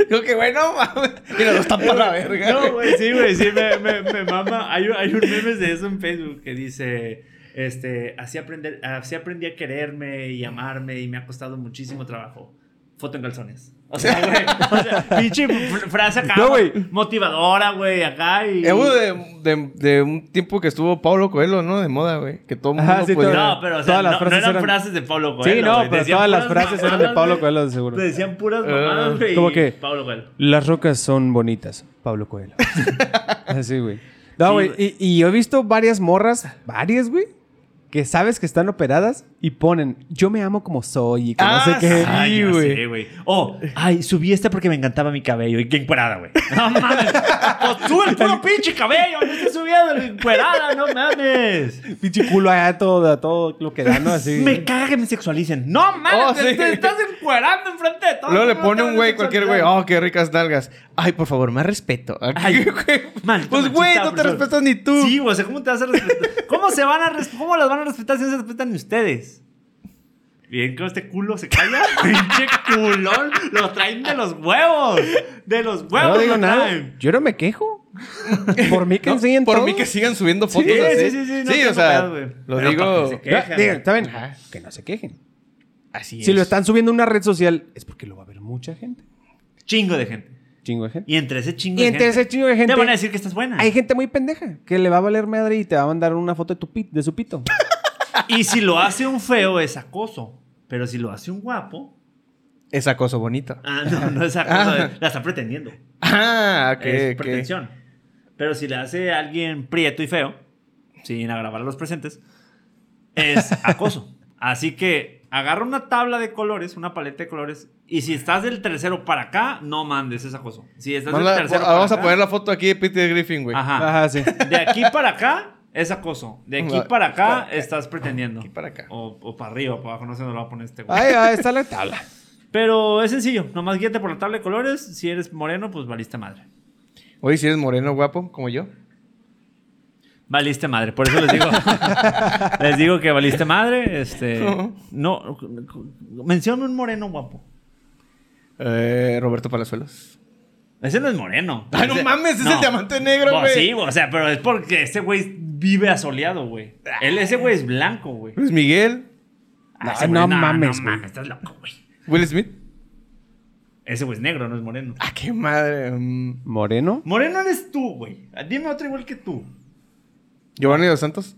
Digo que, güey, no mames. Y los dos están para la verga. No, güey. güey, sí, güey, sí, me, me, me mama. Hay, un- hay un meme de eso en Facebook que dice, este, así, aprender, así aprendí a quererme y amarme y me ha costado muchísimo trabajo. Foto en calzones. O sea, güey, o sea, pinche fr- frase acá, No, güey. motivadora, güey, acá y... Eh, hubo de, de- de un tiempo que estuvo Pablo Coelho, ¿no? De moda, güey. Que todo el Ajá, mundo sí, podía- No, pero o sea, Todas no, las no frases eran, eran- frases de Pablo Coelho. Sí, no, güey, pero decían todas las puras frases eran de mamadas, Pablo güey. Coelho, de seguro. Te decían puras mamadas, güey. ¿cómo y que? Pablo Coelho. Las rocas son bonitas, Pablo Coelho. Así, güey. No, Sí, güey. güey. y, y yo he visto varias morras, varias, güey, que sabes que están operadas y ponen, yo me amo como soy y que Ah, no sé qué. sí. Ay, ya güey. sé, güey. Oh, ay, subí esta porque me encantaba mi cabello. Y qué encuerada, güey. No mames. Pues sube el puro pinche cabello. No estoy subiendo la encuerada, no mames. Pinche culo allá todo, a todo lo que da, ¿no? Así. Me caga que me sexualicen. No mames, Oh, te- sí. te, estás encuerando enfrente de todo. Luego le No pone te un hables güey, de cualquier güey. sexualidad. Oh, qué ricas nalgas. Ay, por favor, más respeto. Ay, Güey, maldito pues güey, machista, no te profesor. respetas ni tú. Sí, güey, o sea, ¿cómo te vas a respetar? ¿Cómo se van a res- cómo las van a respetar si no se respetan ni ustedes? Bien, que este culo se calla. Pinche culón. Lo traen de los huevos. De los huevos. no digo lo nada. traen. Yo no me quejo. Por mí que No, enseñen por todo. mí que sigan subiendo fotos Sí, así. sí, sí, sí, no o tengo sea, pedos, güey. lo Pero digo. para que se No, quejan. digan, ¿saben? Ajá. Que no se quejen. Así Si es. lo están subiendo a una red social, es porque lo va a ver mucha gente. Chingo de gente. Chingo de gente. Y entre ese chingo Y de entre gente, ese chingo de gente. Te van a decir que estás buena. Hay gente muy pendeja que le va a valer madre y te va a mandar una foto de, tu pit, de su pito. Y si lo hace un feo, es acoso. Pero si lo hace un guapo. Es acoso bonito. Ah, no, no es acoso. eh, La está pretendiendo. Ah, ok. es ok. pretensión. Pero si le hace a alguien prieto y feo, sin agravar a los presentes, es acoso. Así que agarra una tabla de colores, una paleta de colores, y si estás del tercero para acá, no mandes, es acoso. Si estás Manda- ah, del tercero para vamos a acá, poner la foto aquí de Peter Griffin, güey. Ajá. Ajá, sí. De aquí para acá es acoso. De aquí Va, para para acá acá. estás pretendiendo. Aquí para acá. Ah. O, o para arriba, para abajo, no sé dónde lo va a poner este güey. Ahí, ahí está la tabla. Pero es sencillo, nomás guíate por la tabla de colores. Si eres moreno, pues valiste madre. Oye, si eres moreno guapo, como yo. Valiste madre, por eso les digo. les digo que valiste madre. Este. Ujú. No. Menciona un moreno guapo. Eh, Roberto Palazuelos. Ese no es moreno. Ay, no Ese- mames, es el diamante negro, Pues güey. sí, o sea, pero es porque ese güey vive asoleado, güey. Él, ese güey es blanco, güey. Luis Miguel, Ah, No, ese güey, no mames, No güey. mames, estás loco, güey. Will Smith. Ese güey es negro, no es moreno. Ah, qué madre. mm. Moreno. Moreno eres tú, güey. Dime otro igual que tú. Giovanni dos Santos.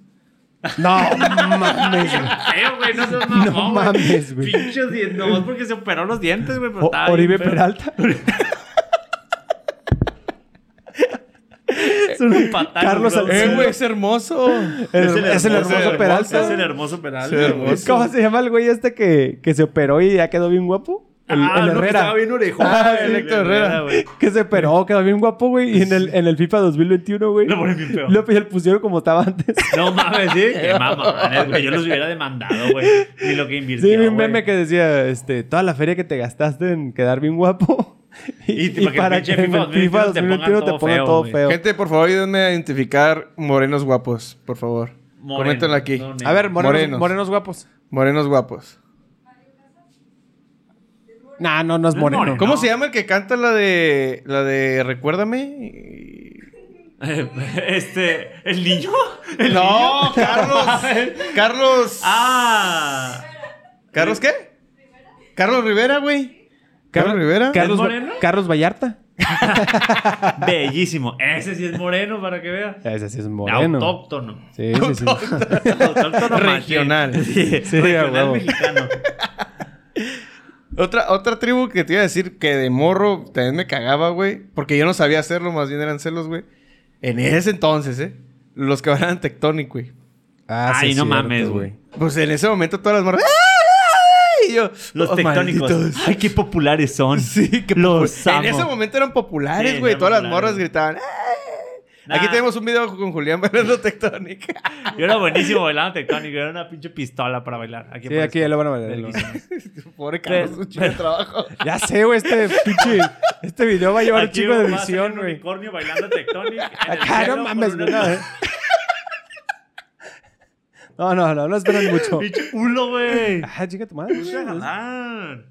No mames. güey. Feo, güey, no seas mamón, No güey. mames, güey. Pinches dientes, nomás porque se operó los dientes, güey. pero O- estaba bien Oribe feo. Peralta. Es un patán, Carlos güey. Alcina. Eh, güey, es hermoso. El- es el hermoso Peralta. Es el hermoso Peralta. Es el güey. hermoso. ¿Cómo se llama el güey este que, que se operó y ya quedó bien guapo? El, Ah, el no, que Herrera. estaba bien orejón. Ah, güey, el Héctor Herrera. güey. Que se operó, quedó bien guapo, güey. Y en el, en el FIFA 2021, güey. Lo ponen bien feo. Lo, y lo pusieron como estaba antes. No mames, sí. Ah, Qué mamadas, güey. Yo los hubiera demandado, güey. Ni lo que invirtió, Sí, vi un güey. meme que decía, este, toda la feria que te gastaste en quedar bien guapo. Y te- para que el pinche FIFA 2021 te pongan todo feo, feo. Gente, por favor, ayúdenme a identificar morenos guapos, por favor. Moreno, Coméntenlo aquí. no, negro. A ver, morenos, Morenos. morenos. guapos. Morenos guapos. Nah, no, no es No es moreno. moreno. ¿Cómo No. se llama el que canta la de la de Recuérdame? Este, ¿el niño? ¿El No, niño? Carlos. Carlos. ah. ¿Carlos qué? Carlos Rivera, güey. Carlos Rivera. Carlos, ¿Es moreno? Carlos Vallarta. Bellísimo. Ese sí es moreno, para que veas. Ese sí es moreno. Autóctono. Sí, sí, sí. Autóctono machín. Regional. Sí, Sí, a regional huevo. mexicano. Otra, otra tribu que te iba a decir que de morro también me cagaba, güey. Porque yo no sabía hacerlo, más bien eran celos, güey. En ese entonces, ¿eh? Los que bailaban Tectonic, güey. Ah, Ay, es no mames, güey. Pues en ese momento todas las morras. ¡Ah! ¡Ah! Y yo. Los "Oh, tectónicos. malditos". Ay, qué populares son. Sí, que Los amo. En ese momento eran populares, Sí, güey. eran Todas las populares. morras gritaban. "¡Ah!". Nah. Aquí tenemos un video con Julián bailando Tectonic. Yo era buenísimo bailando tectónico. Era una pinche pistola para bailar. Aquí Sí, aquí ya lo van a bailar. Verguísima. Pobre Carlos, un chido trabajo. Ya sé, güey, este pinche. Este video va a llevar un Aquí chico de va a salir edición, un güey. unicornio bailando tectónico. Acá no mames, güey. No, eh. no, no, no, no esperan mucho. Pinche culo, güey. Ah, chica tu madre. Pinche güey. galán.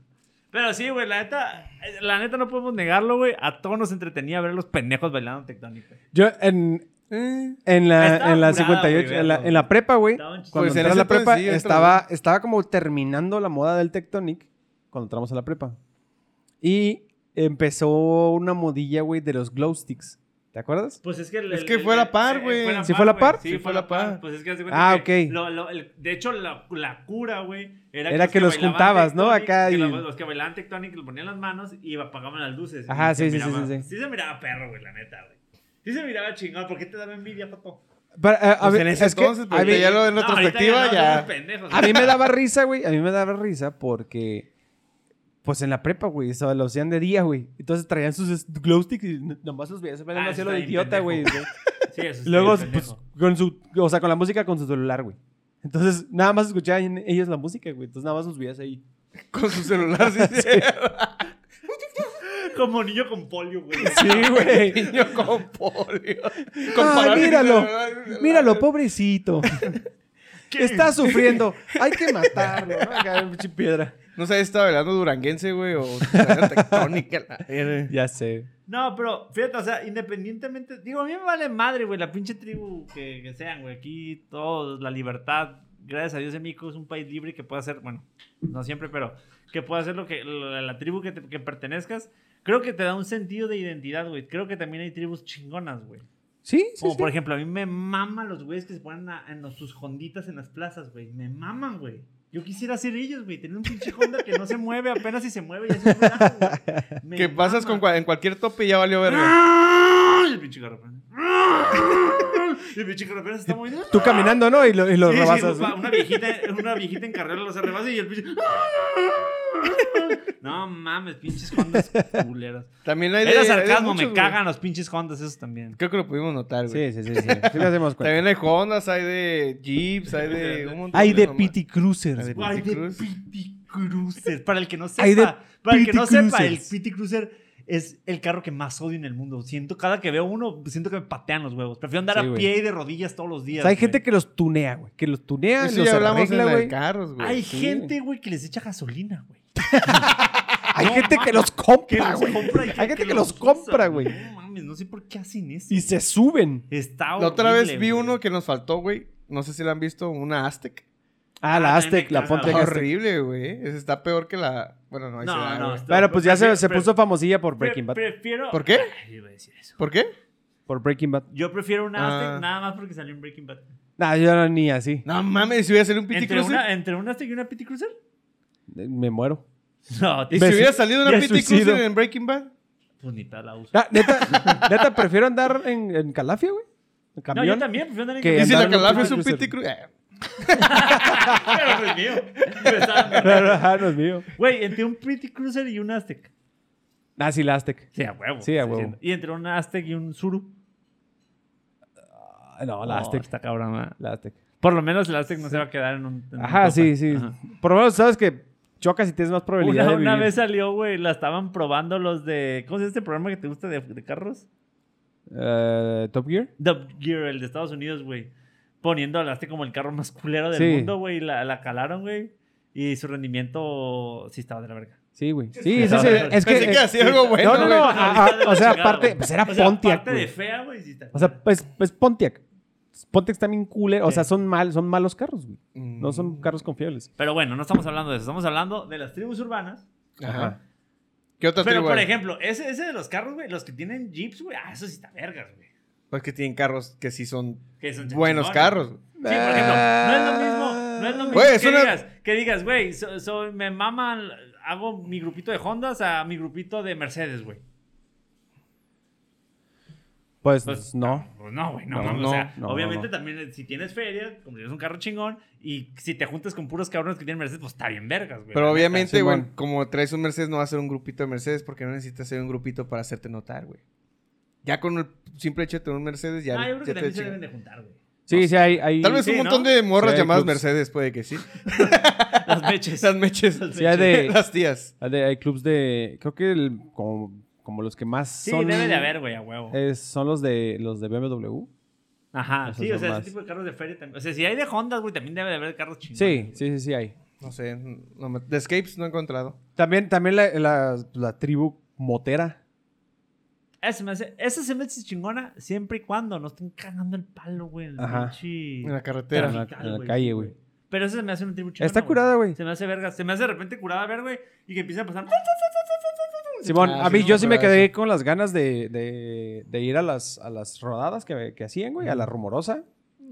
Pero sí, güey, la neta, la neta no podemos negarlo, güey. A todos nos entretenía ver a los pendejos bailando tectónico. Yo en, en Estaba la, en la curada, 58, güey, en, la, verlo. en la prepa, güey. Estaba en- Cuando Pues, en entré a ese la entonces prepa, sí, entra, estaba, estaba como terminando la moda del Tectonic. Cuando entramos a la prepa. Y empezó una modilla, güey, de los glow sticks. ¿Te acuerdas? Pues es que... el- Es el- que el- fue a la par, eh, güey. a ¿Sí fue a la güey. par? Sí, Sí, fue a la par. Pues es que haz de cuenta Ah, que ok. lo- lo- el- de hecho, la, la cura, güey, era, Era que los bailaban juntabas, ¿no? Tectonic, Acá que y- los, los que bailaban Tectonic lo ponían en las manos y apagaban las luces. Ajá, Y se sí, sí, sí, miraba- sí, sí. se miraba perro, güey, la neta, güey. Sí se miraba chingón, ¿por qué te daba envidia, papo? Pero, eh, a Pues ver, en ese es que entonces, a porque mí- ya lo en No, ahorita retrospectiva, no, ya. somos pendejos. A mí me daba risa, güey. A mí me daba risa porque. Pues en la prepa, güey. Eso lo hacían de día, güey. Entonces traían sus es- glow sticks y n- nomás los veías. Se Ah, me hacía eso lo de está bien idiota, güey. pendejo. Sí, eso está Luego, bien pues, pendejo. con su. O sea, con la música con su celular, güey. Entonces, nada más escuchaban ellos la música, güey. Entonces, nada más los veías ahí. Con su celular, sí, sí. pues, Como niño con polio, güey. Sí, güey. Niño con polio. Con Ay, parálisis míralo. cerebral. Míralo, pobrecito. ¿Qué? Está sufriendo. Hay que matarlo. ¿no? Acá, pinche piedra. No sabes si estaba velando duranguense, güey, o tectónica. la verga. Ya sé. No, pero fíjate, o sea, independientemente. Digo, a mí me vale madre, güey, la pinche tribu que, que sean, güey. Aquí todos, la libertad. Gracias a Dios, México es un país libre que puede hacer, bueno, no siempre, pero que puede hacer lo que lo- la, tribu que, te- que pertenezcas. Creo que te da un sentido de identidad, güey. Creo que también hay tribus chingonas, güey. Sí, sí. Como sí. por ejemplo, a mí me maman los güeyes que se ponen a- en los- sus honditas en las plazas, güey. Me maman, güey. Yo quisiera ser ellos, güey. Tener un pinche Honda que no se mueve, apenas si se mueve ya es un relajo, güey. Me Que pasas con mama. cua- en cualquier tope y ya Ah. valió verga. Y el pinche carro prende. Y el pinche carro apenas se está moviendo. Tú caminando, ¿no? Y lo, y lo Sí, sí, rebasas. pa- ¿no? una viejita, una viejita en carrera los rebasa y el pinche. No mames, pinches Hondas culeras. También hay de. Era hay de sarcasmo, muchos, me güey. cagan los pinches Hondas esos también. Creo que lo pudimos notar, güey. Sí, sí, sí. Sí, sí lo hacemos cuenta. También hay Hondas, hay de Jeeps, hay de un montón Hay de nomás. PT Hay Cruisers. de güey. Ay, de Cruz. Pity Cruiser. Para el que no sepa, Ay, de para el que Pity no sepa, el Cruisers. Pity Cruiser es el carro que más odio en el mundo. Siento, cada que veo uno, siento que me patean los huevos. Prefiero andar Sí, a güey. pie y de rodillas todos los O días. sea, hay güey. gente que los tunea, güey. Que los tunea, Eso los Pues ya hablamos arregla, en la de güey. carros, güey. Hay Sí. gente, güey, que les echa gasolina, güey. Ah, Hay No, gente que mames, los Que compra, los güey. compra y Hay gente que los usa, compra, güey. No mames, no sé por qué hacen eso. Y se suben. Está La otra vez horrible, vi güey. uno que nos faltó, güey. No sé si la han visto, una Aztec. Ah, Ah, la también Aztec, me la caga la Pontiac Aztec. Aztec. Horrible, güey. Esa Está peor que la. Bueno, no, ahí se No, da, no. güey. está- Bueno, pues ya se, prefiero- se puso famosilla por pre- Breaking Bad. Prefiero. ¿Por qué? Ay, iba a decir eso. ¿Por qué? Por Breaking Bad. Yo prefiero una Aztec Ah. nada más porque salió en Breaking Bad. Nah, yo no ni así. No mames, si hubiera salido un PT ¿Entre Cruiser. una, ¿Entre una Aztec y una Pity Cruiser? Eh, Me muero. No, Y tío, si Me- hubiera salido una ya PT suicido. Cruiser en Breaking Bad. pues ni tal la uso. Ah, neta, neta, prefiero andar en, en calafia, güey. En No, camión. yo también prefiero andar en Que camión. Y si andar la en un calafia PT Cruiser. es un eh. PT Cruiser. Pero Ah, no es mío. Pero estaba en Pero, verdad. ajá, no es mío. Güey, entre un Pretty Cruiser y un Aztec. Ah, sí, la Aztec. Sí, a huevo. Sí, estoy a huevo. diciendo. Y entre un Aztec y un Zuru. Ah, No, la No, Aztec. Está cabrón. ¿verdad? La Aztec. Por lo menos el Aztec no se va a quedar en un. en un Ajá, topa. sí, sí. Ajá. Por lo menos sabes que chocas y tienes más probabilidad Una, de una vivir. vez salió, güey, la estaban probando los de. ¿Cómo es este programa que te gusta de, de carros? Eh, Top Gear. The Gear, el de Estados Unidos, güey. Poniendo al Aztec como el carro más culero del Sí. mundo, güey. y La, la calaron, güey. Y su rendimiento sí estaba de la verga. Sí, güey. Sí, sí, no, sí. no, Es que, Pensé que hacía algo bueno. no, no, güey. no. a- a- o sea, aparte, pues era Pontiac, Parte güey. de fea, güey. sí está- o sea, pues, pues Pontiac. Pontiac está bien culero. O Sí. sea, son, mal, son malos carros, güey. Mm. No son carros confiables. Pero bueno, no estamos hablando de eso. Estamos hablando de las tribus urbanas. Ajá. ¿Qué otra Pero, tribu por hay? ejemplo, ese, ese de los carros, güey, los que tienen jeeps, güey, ah, eso sí está vergas, güey. Pues que tienen carros que sí son Que son buenos chingones. carros. Sí, por ejemplo, no es lo mismo, no es lo mismo Güey, es que, una- digas, que digas, güey, so- so- me maman, hago mi grupito de Hondas a mi grupito de Mercedes, güey. Pues, Pues, no. Pues no, güey, no, No, mames, no, o sea, no, obviamente no, no. también eh, si tienes feria, como tienes un carro chingón, y si te juntas con puros cabrones que tienen Mercedes, pues está bien vergas, güey. Pero la neta. obviamente, Simón. güey, como traes un Mercedes, no va a ser un grupito de Mercedes porque no necesitas ser un grupito para hacerte notar, güey. Ya con el simple hecho de tener un Mercedes, ya, Ah, yo creo ya que te también se chingas. deben de juntar, güey. Sí, sí, hay. hay Tal vez Sí, un ¿no? montón de morras Sí, hay llamadas clubs. Mercedes, puede que sí. Las meches. Las meches. Las Sí, hay de- Las tías. hay de- hay clubs de. Creo que el- como, como los que más Sí, son. debe de haber, güey, a huevo. Eh, es- son los de los de BMW. Ajá, Esos sí, o son sea, más. ese tipo de carros de feria también. O sea, si hay de Hondas, güey, también debe de haber carros chingones. Sí, güey. sí, sí, sí, hay. No sé, no me- de escapes no he encontrado. También, también la, la- la tribu motera. Ese me hace- Esa se me hace chingona siempre y cuando no estén cagando el palo, güey. el Ajá. pinche En la carretera. En la- trafical, en la güey, calle, sí, güey. Pero esa se me hace una tribu chingona. Está curada, güey. Se me hace verga. Se me hace de repente curada ver, güey. Y que empieza a pasar. Simón, a Ah, sí, mí no me yo sí me acordaba quedé de con las ganas de, de- de ir a las, a las rodadas que, que hacían, güey, a la rumorosa.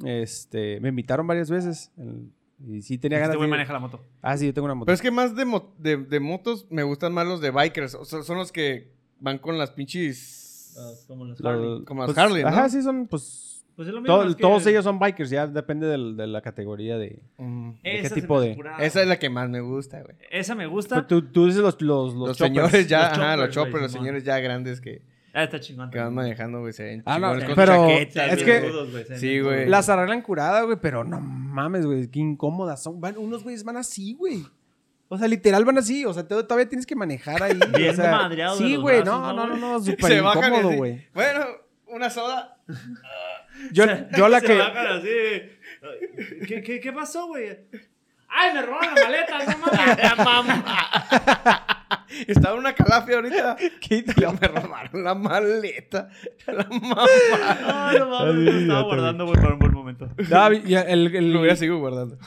Este, me invitaron varias veces en- y sí tenía Este ganas güey de ir. maneja la moto. Ah, sí, yo tengo una moto. Pero es que más de, mo- de, de motos me gustan más los de bikers. O sea, son los que van con las pinches Ah. Los- como los Lo- Harley. Como las pues, Harley, ¿no? Ajá, sí, son, pues... Pues es lo mismo, todo- es que Todos ellos son bikers, ya depende del- de la categoría de... Mm. ¿de esa qué se tipo me de- hace curada. Esa es la que más me gusta, güey. Esa me gusta. pues, Tú, tú dices los, los, los Los, choppers. señores ya, Los ajá, los choppers, güey, choppers, los Simón. señores ya grandes que, Ah, está chingón. que van también. manejando, güey, se ven Ah, no, chingones con pero- chaquetas, es Se güey. ven rudos, se sí, ven güey. rudos. Las arreglan curadas, güey, pero no mames, güey, qué incómodas son. Van, unos güeyes van así, güey. O sea, literal van así, o sea, te- todavía tienes que manejar ahí. güey, Bien o sea, madreado de Sí, los güey, brazos, no, ¿no, no, no, no, súper se bajan y incómodo, así, güey. Bueno, una soda. Yo, yo la Se que... bajan así. Ay, ¿Qué, qué, qué pasó, güey? ¡Ay, me robaron la maleta! ¡No mames! mamá! Estaba en una calafia ahorita. ¿Qué Y me robaron la maleta. La mamá. Ay, Ah, no mames! Lo estaba guardando, güey, para un buen momento. No, y el, el- Lo hubiera seguido guardando.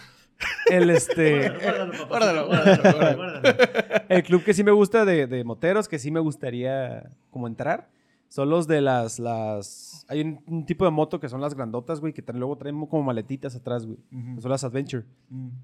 el, este, Guárdalo, papá. Guárdalo, guárdalo. guárdalo, guárdalo. el club que sí me gusta de, de moteros, que sí me gustaría como entrar, son los de las, las, hay un, un tipo de moto que son las grandotas, güey, que traen- luego traen como maletitas atrás, güey, que son las Adventure.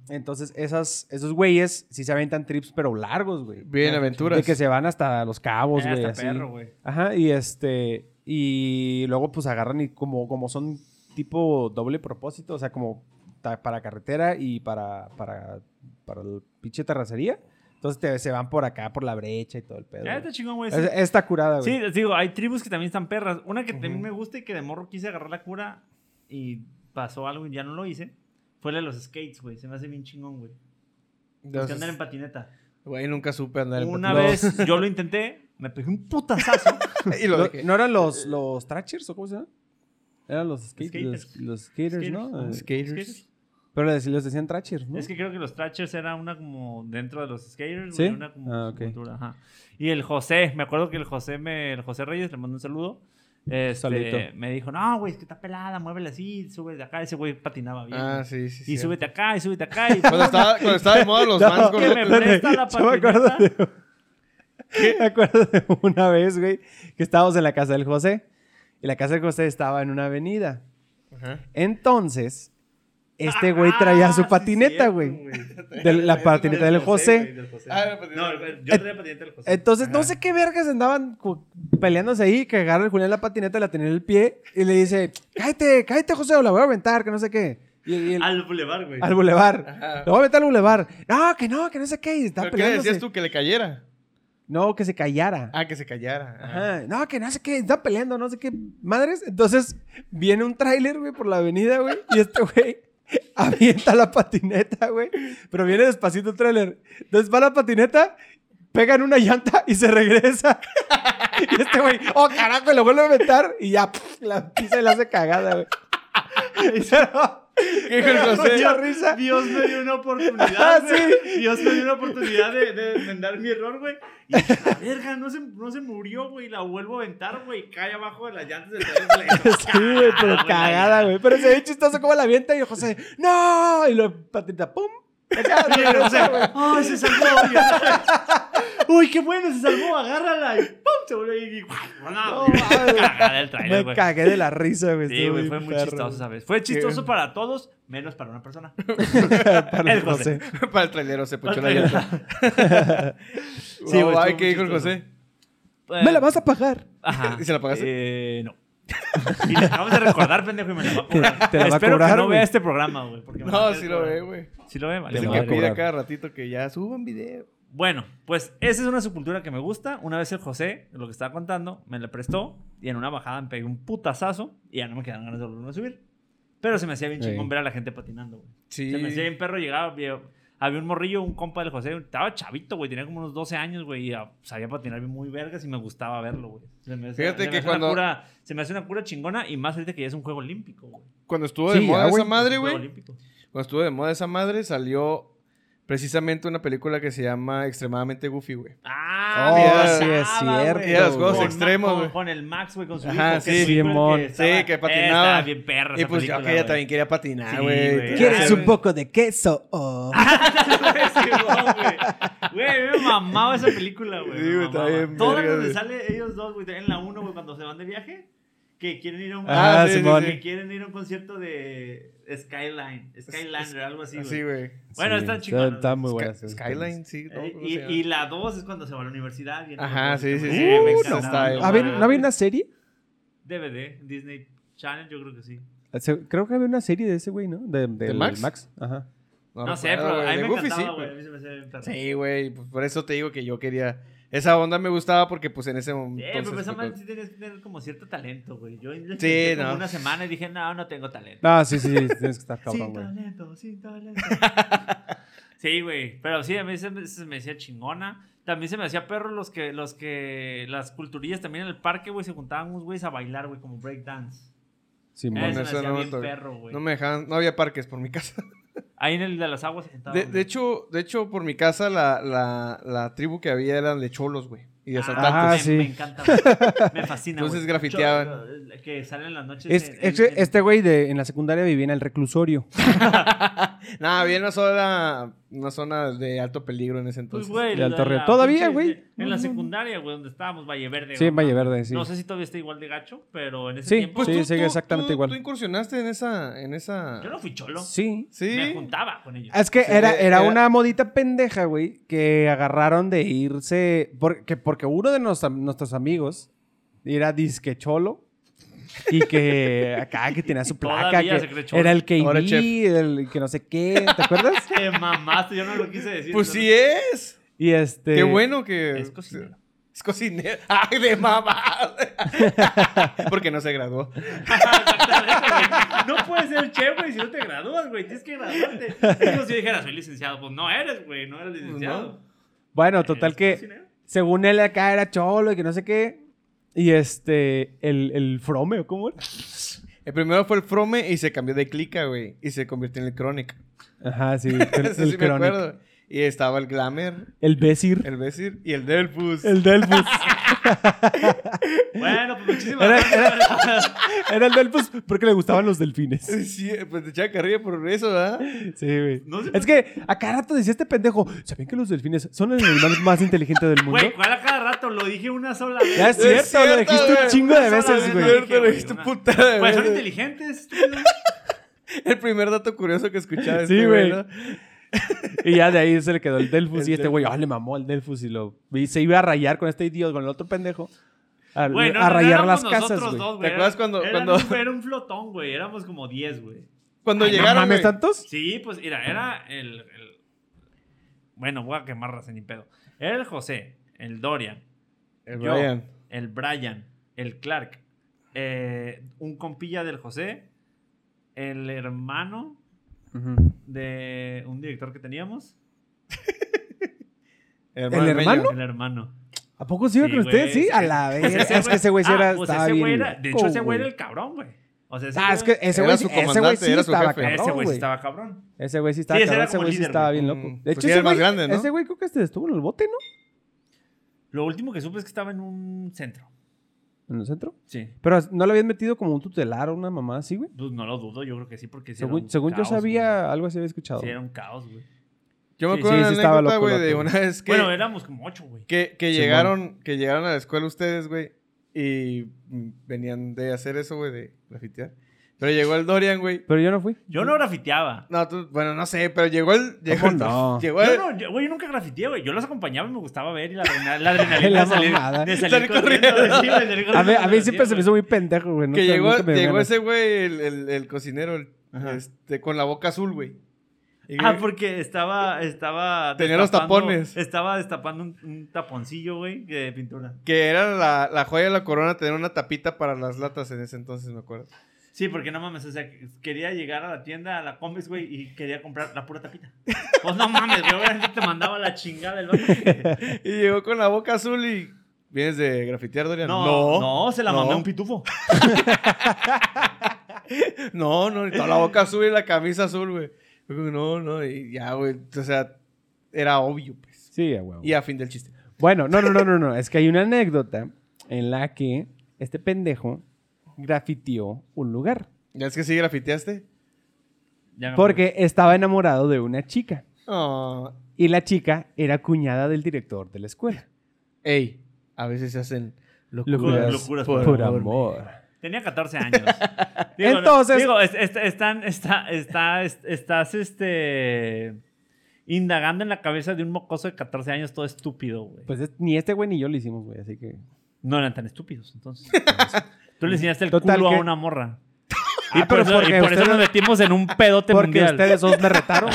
Entonces, esas, esos güeyes sí se aventan trips, pero largos, güey. Bien, aventuras. De que se van hasta Los Cabos, Eh, Pues, güey, hasta así. perro, güey. Ajá, y este, y luego pues agarran y como, como son tipo doble propósito, o sea, como ta- para carretera y para, para, para el pinche terracería. Entonces te- se van por acá, por la brecha y todo el pedo. Ya güey. está chingón, güey. Es- está curada, güey. Sí, les digo, hay tribus que también están perras. Una que también me gusta y que de morro quise agarrar la cura y pasó algo y ya no lo hice. Fue la de los skates, güey. Se me hace bien chingón, güey. Los que Entonces, andan en patineta. Güey, nunca supe andar en Una patineta. vez yo lo intenté, me pegué un putazazo. Y lo Lo- dejé. ¿No eran los, los Tratchers o cómo se llama? Eran los, skate- Skaters. los, los skaters, ¿no? Skaters. Eh, Skaters. Pero les, les decían Tratchers, ¿no? Es que creo que los Thrashers era una como dentro de los skaters, ¿Sí? güey, una como Ah, ok. subcultura, ajá. Y el José, me acuerdo que el José me, el José Reyes, le mandó un saludo. este, Saludito. me dijo, no, güey, es que está pelada, muévele así, sube de acá. Ese güey patinaba bien. Ah, güey. sí, sí. y sí. súbete acá, y súbete acá. Y Cuando estaba, cuando estaba de moda los No, vans con que me presta la Yo me acuerdo patineta. de, me acuerdo de una vez, güey, que estábamos en la casa del José. Y la casa del José estaba en una avenida. Entonces, este Ah, güey traía Ah, su patineta, güey. De la patineta del José. Ah, la patineta. No, el- yo traía patineta del José. Entonces, no sé qué vergas andaban cu- peleándose ahí, que agarra el Julián la patineta, la tenía en el pie y le dice, cállate, cállate, José, o la voy a aventar, que no sé qué. Y, y el- al, Al bulevar, güey. bulevar. Ajá. Lo voy a aventar al bulevar. No, que no, que no sé qué. Y estaba ¿Pero ¿Qué le peleándose. decías tú? ¿Que le cayera? No, que se callara. Ah, que se callara. Ajá. Ajá. No, que no sé qué, están peleando, no sé qué madres. Entonces viene un tráiler, güey, por la avenida, güey, y este güey avienta la patineta, güey. Pero viene despacito el tráiler. Entonces va la patineta, pega en una llanta y se regresa. Y este güey, oh carajo, y lo vuelve a aventar y ya pf, la pisa y la hace cagada, güey. Pero, ¿Qué dijo el pero José? mucha risa. Dios me dio una oportunidad. Ah, güey. Dios me dio una oportunidad de, de enmendar mi error, güey. Y dije, "La verga, no se, no se murió, güey. La vuelvo a aventar, güey. Cae abajo de las llantas del tren. Pues Sí, güey, pero cagada, güey. Pero se ve chistoso como la avienta y el José, no, y la patineta, pum. Acá, O regresa, Ah, güey. sea, ¡ay, se salvó! güey. ¡Uy, qué bueno! Se salvó, agárrala. Y ¡pum! Se volvió y... ¡guau! No, güey. mames. Cagada el trailer, Me güey. cagué de la risa, güey. Sí, estuvo güey, bien fue muy perro. chistoso, ¿sabes? Fue chistoso para todos, menos para una persona. Para El el José. Para el trailero se Para ponchó la el trailero. llanta. Sí, Sí, güey, estuvo Ay, ¿qué muy dijo el chistoso. José? Eh, Me la vas a pagar. Ajá. ¿Y se la pagaste? Eh, no. y la acabamos de recordar, pendejo, y me la va a cobrar. Te la va a Espero cobrar, que no güey. vea este programa, güey. porque me la va No, a sí lo cobrar. ve, güey. Sí lo ve, vale. Es el va que a pide cobrar. a cada ratito que ya suban video. Bueno, pues esa es una subcultura que me gusta. Una vez el José, lo que estaba contando, me la prestó y en una bajada me pegué un putazazo y ya no me quedaron ganas de volverme a subir. Pero se me hacía bien Sí. chingón ver a la gente patinando, güey. Sí. Se me hacía bien perro, llegaba, había, había un morrillo, un compa del José, estaba chavito, güey, tenía como unos 12 años, güey, y ah, sabía patinar bien muy vergas y me gustaba verlo, güey. Se me hace- se Fíjate me que hace una cuando- cura- se me hace una cura chingona y más ahorita que ya es un juego olímpico, güey. Cuando estuvo de Sí, moda ah, esa güey. madre, Un juego güey. olímpico. Cuando estuvo de moda esa madre, salió precisamente una película que se llama Extremadamente Goofy, güey. Ah, Oh, mira, sí, es estaba, cierto, güey. Era los juegos Con Ma- extremos, con- güey. Con el Max, güey, con su Ajá, hijo, que sí, su hijo era el Simón. que estaba- Sí, que eh, patinaba. Estaba bien perra Y esa pues yo película, que ella güey. también quería patinar, Sí, güey. güey. ¿Quieres Ah, un güey. poco de queso? Oh. Simón, güey. Güey, me mamaba esa película, güey. Sí, me güey, está mamaba. bien Todo verga, donde güey. sale ellos dos, güey, en la 1, güey, cuando se van de viaje. que quieren ir a un, Ah, que Simón. quieren ir a un concierto de Skyline, Skylander, algo así, Así, güey. güey. Bueno, están Sí, Están chingonas. están muy Sky- buenas. sí. Skyline, sí. ¿no? Eh, ¿Cómo se llama? y, y la dos es cuando se va a la universidad. y Ajá, sí, sí, Uh, sí. me no, encanta. está bien. A ver, Ah. ¿no había una serie? DVD, Disney Channel, yo creo que sí. Se- Creo que había una serie de ese güey, ¿no? De, del Max? Ajá. No, recuerdo, sé, pero güey. a mí De me Goofy, encantaba, sí, pues. güey. A mí se me hacía bien perro. Sí, güey, pues, por eso te digo que yo quería... Esa onda me gustaba porque pues en ese Sí, momento... pero entonces, esa pues, madre sí tienes que tener como cierto talento, güey. Yo sí, Sí, como no. una semana y dije, no, no tengo talento. Ah, sí, sí, sí, tienes que estar sin cabrón, güey. talento, sin talento. sí, güey. Pero sí, a mí se me, se me hacía chingona. También se me hacía perro los que, los que, las culturillas también en el parque, güey, se juntaban unos güeyes a bailar, güey, como breakdance. Simón. Eso me eso hacía no me bien tocó. perro, güey. no me dejaban... No había parques por mi casa. Ahí en el de las aguas se juntaban. De, de güey. hecho, de hecho, por mi casa la, la, la tribu que había eran de cholos, güey. Y de asaltantes. Ah, me, sí. me encanta, güey. Me fascina, Entonces güey. grafiteaban. Yo- yo- Que salen las noches. Es- en- en- este- en- este güey de en la secundaria vivía en el reclusorio. Nada, había una zona, una zona de alto peligro en ese Pues, entonces. güey. de la- Alto Río. la Todavía, pinche- güey. En, la No, no, secundaria, güey, donde estábamos, Valle Verde. Sí, en güey. Valle Verde, sí. No sé si todavía está igual de gacho, pero en ese Sí, tiempo. pues, sí, sigue exactamente igual. Tú incursionaste en esa, en esa. Yo no fui cholo. pues, Sí. Ah, Sí. Me juntaba con ellos. Es que Sí, era, era era- una modita pendeja, güey, que agarraron de irse. Porque, porque uno de nos- nuestros amigos era disque cholo. Y que acá que tenía su placa. Todavía Que se cree cholo. era el que Ahora chef. el que no sé qué, ¿te acuerdas? Te mamaste, yo no lo quise decir. Pues no- sí es. Y este. Qué bueno que. Es cocinero. Es cocinero. ¡Ay, de mamá! Porque no se graduó. Exactamente, güey. No puedes ser chef, güey, si no te gradúas, güey. Tienes que graduarte. Es como si dijera, soy licenciado. Pues no eres, güey, no eres licenciado. Pues, Bueno, total ¿Eres que. cocinero? Según él acá era cholo y que no sé qué. Y este. El, el frome, ¿o ¿cómo era? El primero fue el Frome y se cambió de clica, güey. Y se convirtió en el Chronic. Ajá, sí. El, Eso sí el me Chronic. acuerdo. Y estaba el Glamour, El Besir. el Besir y el Delfus. El Delfus. Bueno, pues muchísimas Era, gracias. era- era el Delfus porque le gustaban los delfines. Sí, pues te echaba carrilla por eso, ¿verdad? Sí, güey. No sé es que a cada rato decía este pendejo, ¿sabían que los delfines son el animal más inteligente del mundo? Güey, ¿cuál a cada rato? Lo dije una sola vez. ya es es cierto, lo cierto, dijiste güey. un chingo de Una sola vez veces, güey. lo Cierto, lo güey, dijiste una- puta de Pues son veces. inteligentes. estúpido. El primer dato curioso que escuchaba Sí, este güey. güey. ¿no? Y ya de ahí se le quedó el Delfus El y este güey, ah, le mamó al Delfus y lo y se iba a rayar con este idiota, con el otro pendejo. A, Güey, no, a no rayar éramos las nosotros casas, güey. dos, güey. ¿Te acuerdas Era- cuando- era cuando- un- era un flotón, güey. Éramos como 10, güey. Cuando Ay, llegaron. ¿No mames güey. tantos? Sí, pues mira, era el, el- Bueno, voy a quemar raza ni pedo. Era el José, el Dorian, El yo, Brian. el Brian, el Clark, eh, un compilla del José, el hermano de un director que teníamos. ¿El hermano? El hermano. ¿A poco sí iba Sí, con usted? güey, Sí, sí. a la vez. Pues Es que ese güey sí ah, era. pues estaba ese güey bien era- de hecho, loco, ese güey era güey. el cabrón, güey. O sea, ese Ah, es que ese Era güey su sí- ese güey comandante, sí era su estaba jefe. cabrón, ese güey sí güey. estaba cabrón. Ese güey sí estaba Sí, ese cabrón, era ese como güey sí líder, estaba güey. bien Mm, loco. De pues hecho, sí, era ese el más güey, grande, ¿no? ese güey creo que este estuvo en el bote, ¿no? Lo último que supe es que estaba en un centro. En el centro. Sí. Pero no le habían metido como un tutelar o una mamá así, güey. Pues no lo dudo, yo creo que sí, porque sí era Según, un según yo caos, sabía, algo así había escuchado. güey. Sí, era un caos, güey. Yo me Sí, acuerdo sí, de sí una estaba anécdota, loco el güey, de vato. una vez que, Bueno, éramos como ocho, güey. que, que Simón. llegaron, que llegaron a la escuela ustedes, güey. Y mm, venían de hacer eso, güey, de grafitear. Pero llegó el Dorian, güey. Pero yo no fui. Yo Mm. no grafiteaba. No, tú- bueno, no sé, pero llegó el. Llegó el- no? Llegó el. Yo no, yo- güey, yo nunca grafiteé, güey. Yo los acompañaba y me gustaba ver y la, adrena- la adrenalina La de salir, mamada. de Salir salir corriendo. corriendo. sí, güey, salir corriendo A ver, a mí pero siempre sí, se me güey. hizo muy pendejo, güey. que Nunca- llegó, nunca me dio llegó ganas. ese güey, el, el- el cocinero, el- Ajá. este, con la boca azul, güey. Y- Ah, porque estaba, estaba... Tenía los destapando- tapones. Estaba destapando un, un taponcillo, güey, de pintura. Que era la, la joya de la corona tener una tapita para las latas en ese entonces, me acuerdo. Sí, porque no mames, o sea, quería llegar a la tienda, a la combis, güey, y quería comprar la pura tapita. Pues no mames, güey, obviamente te mandaba la chingada el vato. Y llegó con la boca azul y. ¿Vienes de grafitear, Dorian? No, no, se la no. mandé a un pitufo. No, no, y toda la boca azul y la camisa azul, güey. Yo como, No, no, y ya, güey. O sea, era obvio, pues. Sí, a huevo. Y a fin del chiste. Bueno, no, no, no, no, no. Es que hay una anécdota en la que este pendejo grafitió un lugar. ¿Ya es que sí grafiteaste? Ya me Porque estaba enamorado de una chica. Oh. Y la chica era cuñada del director de la escuela. Ey, a veces se hacen acuerdo. Locuras locuras. Locuras, por, por amor. Tenía 14 años. Entonces- Digo, es- es- están, está, está, es- estás, este... Indagando en la cabeza de un mocoso de 14 años todo estúpido, güey. Pues es- ni este güey ni yo lo hicimos, güey, así que... No eran tan estúpidos, entonces. Tú le enseñaste el Total, culo que- a una morra. y Ah, por, pero eso, porque y por eso ustedes- nos metimos en un pedote Porque mundial. ustedes dos me retaron.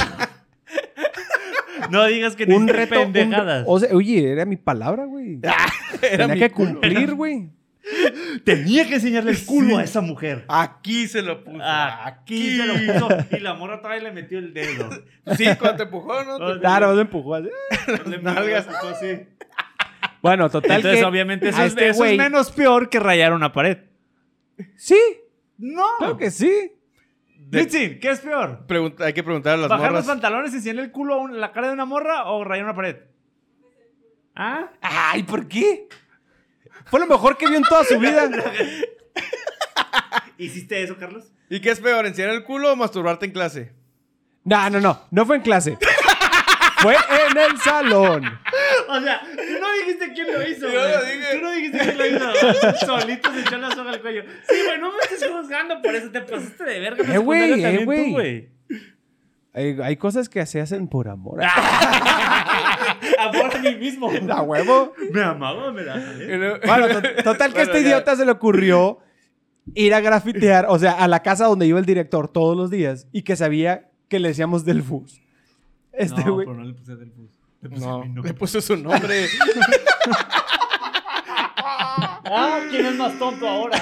No digas que un ni reto... un- pendejadas. o sea, oye, era mi palabra, güey. Era Tenía mi que culo. cumplir, güey. Tenía que enseñarle el culo a esa mujer. Aquí se lo puso. Ah. Aquí se lo puso y la morra todavía le metió el dedo. Ah, Sí, cuando te empujó, ¿no? Te- Claro, me empujó así. Le nalgas. empujó así. pues, Bueno, total Entonces, que obviamente, eso, a es- este eso güey- es menos peor que rayar una pared. Sí, No. claro que sí. de- Mitzin, ¿qué es peor? pregunta- hay que preguntar a las ¿Bajar los morras. pantalones y enseñarle el culo a un- la cara de una morra o rayar una pared? ¿Ah? Ay, ¿por qué? Fue lo mejor que vio en toda su vida. ¿Hiciste eso, Carlos? ¿Y qué es peor, enseñar el culo o masturbarte en clase? No, no, no. No fue en clase. Fue en el salón. O sea, tú no dijiste quién lo hizo. Yo lo güey. dije. Tú no dijiste quién lo hizo. Solito se echó la soga al cuello. Sí, güey, no me estés juzgando por eso. Te pasaste de verga. en la Eh, güey, secundaria eh, también tú, güey. Hay, hay cosas que se hacen por amor. Amor a mí mismo. ¡A huevo! Me amaba, me la jalé. Bueno, to- total que a este Bueno, ya. idiota se le ocurrió ir a grafitear, o sea, a la casa donde iba el director todos los días y que sabía que le decíamos del bus. Este no, güey. pero no le puse del bus. Le puse No, mi le nombre. puso su nombre. Ah, ¿quién es más tonto ahora?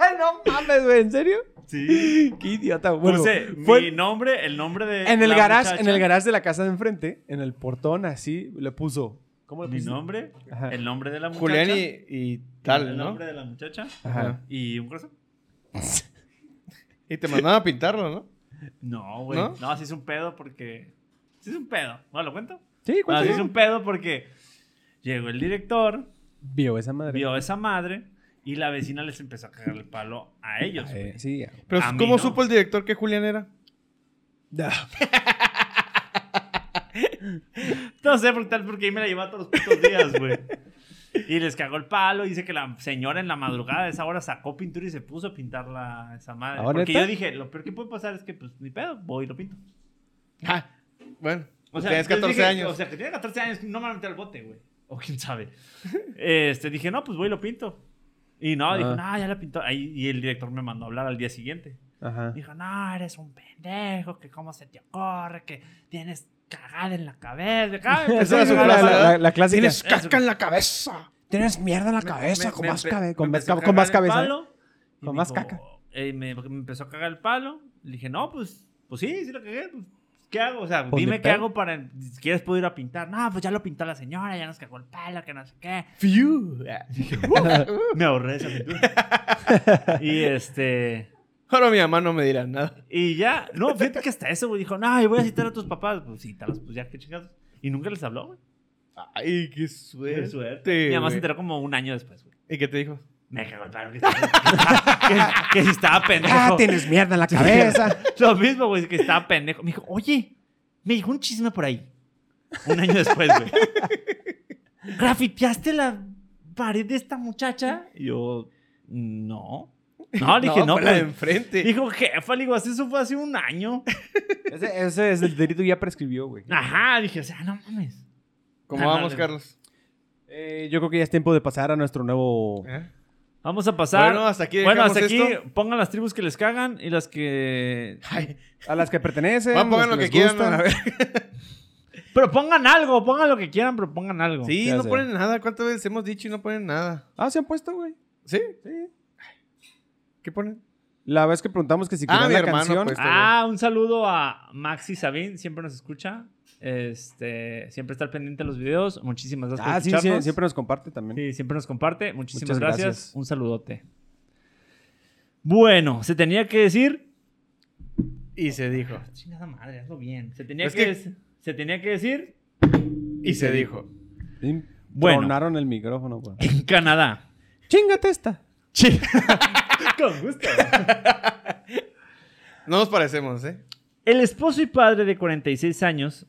Ay, no mames, güey, ¿en serio? Sí. Qué idiota. Bueno, Puse fue- mi nombre, el nombre de. en el la garage, muchacha. en el garage de la casa de enfrente, en el portón así le puso ¿Cómo le Mi puso? nombre, Ajá. el nombre de la muchacha. Julián y, y El tal, ¿no? nombre de la muchacha. Ajá. ¿Y un corazón? Y te mandaban a pintarlo, ¿no? No, güey. ¿No? ¿No? sí es un pedo porque. Sí es un pedo. ¿No lo cuento? Sí, No, sí cuéntalo. es un pedo porque llegó el director, Vio esa madre. Ah, vio a esa madre y la vecina les empezó a cagar el palo a ellos. Eh, güey. sí. ya. Pero A mí ¿cómo no. supo el director que Julián era? No sé por tal, porque ahí me la llevaba todos los putos días, güey. Y les cagó el palo. Dice que la señora en la madrugada a esa hora sacó pintura y se puso a pintar la, esa madre. ¿Ah, Porque neta? yo dije, lo peor que puede pasar es que, pues, ni pedo, voy y lo pinto. Ah, Bueno, O sea, tienes yo 14 dije, años. O sea, que tiene 14 años, no me va a meter al bote, güey. O quién sabe. Este, dije, no, pues voy y lo pinto. Y no, dijo, no, ya la pintó. Ahí, y el director me mandó a hablar al día siguiente. Ajá. Dijo, no, eres un pendejo, que cómo se te ocurre, que tienes cagada en la cabeza. Acá me empezó Esa a era su llegar frase, la- la, la- la clásica. tienes Tienes, caca en la cabeza. mierda en la cabeza, me- con, me más empe- cabe- me con, más empezó a cab- con más cagar el cabeza. ¿eh? palo. y Con me más dijo, caca. eh, me, me empezó a cagar el palo. Le dije, no, pues, pues sí, sí lo cagué. pues, ¿Qué hago? O sea, Pues ni dime qué pedo. hago para. Si quieres, puedo ir a pintar. No, pues ya lo pintó la señora, ya nos cagó el palo, que no sé qué. Fiu. Me ahorré esa pintura. y este. Ahora mi mamá no me dirá nada. Y ya, no, fíjate que hasta eso, güey. Dijo, no, yo voy a citar a tus papás. Pues cítalos, pues ya, qué chingados. Y nunca les habló, güey. Ay, qué suerte. Qué suerte. Mi mamá se enteró como un año después, güey. ¿Y qué te dijo? Me cagó el palo. Que, que- que si estaba pendejo. Ah, tienes mierda en la cabeza. Lo mismo, güey, que estaba pendejo. Me dijo, oye, me dijo un chisme por ahí. Un año después, güey. ¿Grafiteaste la pared de esta muchacha? Y yo, no. No, le dije, no. fue la de pues". enfrente. Dijo, jefa, le digo, "así eso fue hace un año. ese, ese es el delito ya prescribió, güey. Ajá, dije, o sea, no mames. ¿Cómo Ah, vamos, dale. Carlos? Eh, yo creo que ya es tiempo de pasar a nuestro nuevo. ¿Eh? Vamos a pasar. Bueno, hasta aquí Bueno, hasta aquí eh, dejamos esto. pongan las tribus que les cagan y las que. Ay, A las que pertenecen. van, las pongan lo que les quieran. gustan. a ver. Pero pongan algo, pongan lo que quieran, pero pongan algo. Sí, Ya no sé. ponen nada. ¿Cuántas veces hemos dicho y no ponen nada? Ah, se han puesto, güey. ¿Sí? Sí. ¿Qué ponen? La vez que preguntamos que si Ah, querían mi la hermano, canción. pues. Ah, un saludo a Maxi Sabín, siempre nos escucha. Este, siempre está al pendiente de los videos. Muchísimas gracias Ah, por sí, sí, escucharnos. siempre nos comparte también. Sí, siempre nos comparte. Muchísimas Muchas gracias. gracias. Un saludote. Bueno, se tenía que decir. Y se dijo. Chingada madre, hazlo bien. Se tenía, Es que, que- des- se tenía que decir Y, se dijo. Sí, Bueno. Tronaron el micrófono, güey. en Canadá. Eh, Chingate esta. Chi- Con gusto. No nos parecemos, ¿eh? El esposo y padre de 46 años.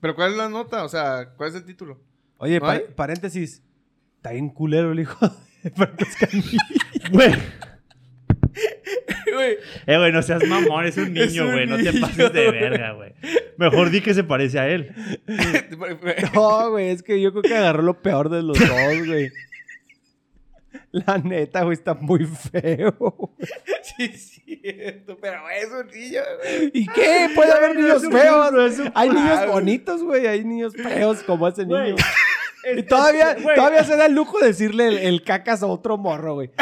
Pero ¿cuál es la nota? O sea, ¿cuál es el título? Oye, ¿No pa- hay? paréntesis. Está bien culero el hijo de Franco Escamilla. Güey. Güey, Eh, güey, no seas mamón, es un Es niño, un güey. No te niño. pases de verga, güey. Mejor di que se parece a él. No, güey, es que yo creo que agarró lo peor de los dos, güey. La neta, güey, está muy feo. sí, es cierto, pero es un niño, güey. ¿Y qué? Puede haber niños es un feos. niño, es un hay niños clown. bonitos, güey. Hay niños feos como ese Güey. niño. Es- Y todavía, es- güey, todavía se da el lujo de decirle el, el cacas a otro morro, güey.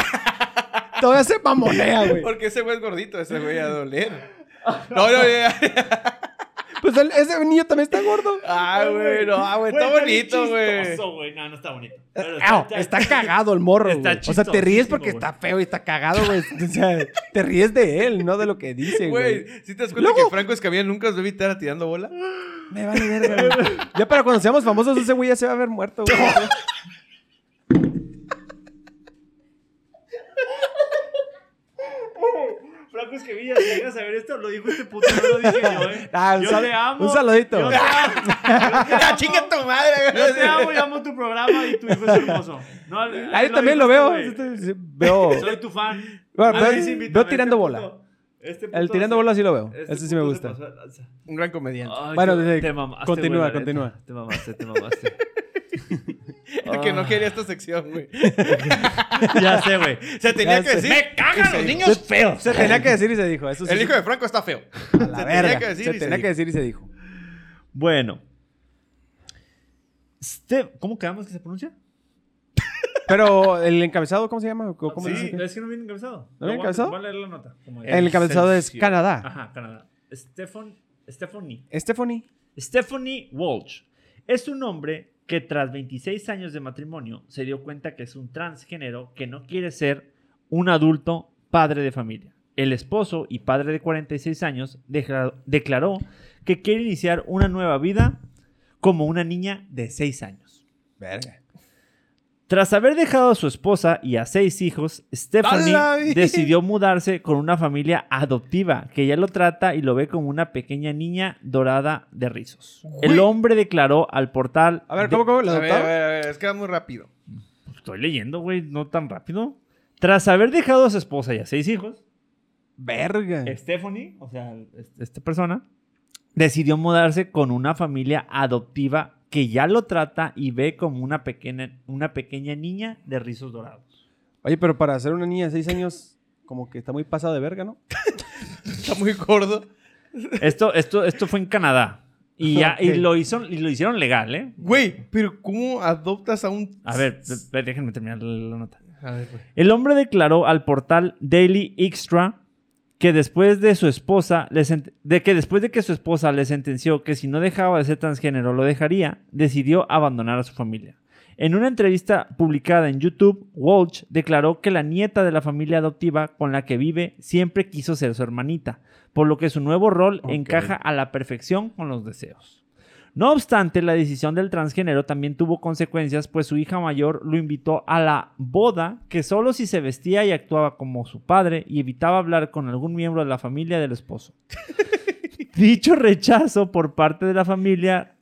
todavía se mamonea, güey. Porque ese güey es gordito, ese güey a doler. No, no, ya. Pues el- ese niño también está gordo. Ah, güey, no, ah, güey, está bien bonito, güey. chistoso, güey. No, no está bonito. Pero Eh, Au, está cagado el morro, Está güey. O sea, te ríes chistosísimo, porque güey. está feo y está cagado, güey. O sea, te ríes de él, no de lo que dice, güey. Güey, si te das cuenta Luego- que Franco Escamilla nunca os debe estar tirando bola. Me vale verga, güey. Ya para cuando seamos famosos, ese güey ya se va a haber muerto, güey. Franco Esquevilla, si llegas a ver esto, lo dijo este puto, no lo dije yo, eh. Ah, un yo sal- te amo. un saludito. Yo te amo. Yo te ¡Ah, amo. chinga tu madre! Yo te amo güey! y amo tu programa y tu hijo es hermoso. No, Ahí lo también dijo lo veo. este güey. este- Veo. Soy tu fan. Bueno, A veo- ver, sí, veo invítame. tirando Este bola. puto- este El puto tirando se- bolas sí lo veo. este Ese sí me puto gusta. se pasó- Un gran comediante. Ay, Bueno, qué- desde- te mamaste, continúa, güey, la continúa. neta. Te mamaste, te mamaste. Ah. Ah. El que no quería esta sección, güey. ya sé, güey. Se tenía Ya que sé. decir. Me cagan los niños feos. Se tenía que decir y se dijo. Eso sí. El hijo de Franco está feo. a la verga. se tenía que decir se y se tenía que dijo. decir y se dijo. Bueno. Ste- ¿Cómo quedamos que se pronuncia? Pero el encabezado, ¿cómo se llama? ¿Cómo Sí, dice que- es que no viene encabezado. ¿No viene Voy a- encabezado? Voy a leer la nota. como dice. El encabezado es Excelsior. Canadá. Ajá, Canadá. Stefan, Stephanie. Stephanie. Stephanie Walsh es un hombre que tras 26 años de matrimonio se dio cuenta que es un transgénero que no quiere ser un adulto padre de familia. El esposo y padre de 46 años deja- declaró que quiere iniciar una nueva vida como una niña de 6 años. Verga. Tras haber dejado a su esposa y a seis hijos, ¡Hala, Stephanie vi! decidió mudarse con una familia adoptiva que ya lo trata y lo ve como una pequeña niña dorada de rizos. El hombre declaró al portal. A ver, de- Pues, ¿cómo, cómo? ¿Lo A ver, a adoptaron? ver, a ver, es que va muy rápido. Estoy leyendo, güey, no tan rápido. Tras haber dejado a su esposa y a seis hijos, Verga. Stephanie, o sea, es- esta persona, decidió mudarse con una familia adoptiva que ya lo trata y ve como una pequeña, una pequeña niña de rizos dorados. Oye, pero para ser una niña de 6 años, como que está muy pasada de verga, ¿no? Está muy gordo. Esto, esto, esto fue en Canadá. Y, ya, y, Ok. lo hizo, y lo hicieron legal, ¿eh? Güey, pero ¿cómo adoptas a un. A ver, pe- pe- déjenme terminar la la nota. A ver, pues. güey. El hombre declaró al portal Daily Extra que después de su esposa le sent- de que después de que su esposa le sentenció que si no dejaba de ser transgénero lo dejaría, decidió abandonar a su familia. En una entrevista publicada en YouTube, Walsh declaró que la nieta de la familia adoptiva con la que vive siempre quiso ser su hermanita, por lo que su nuevo rol Ok. encaja a la perfección con los deseos. No obstante, la decisión del transgénero también tuvo consecuencias, pues su hija mayor lo invitó a la boda, que solo si se vestía y actuaba como su padre y evitaba hablar con algún miembro de la familia del esposo. Dicho rechazo por parte de la familia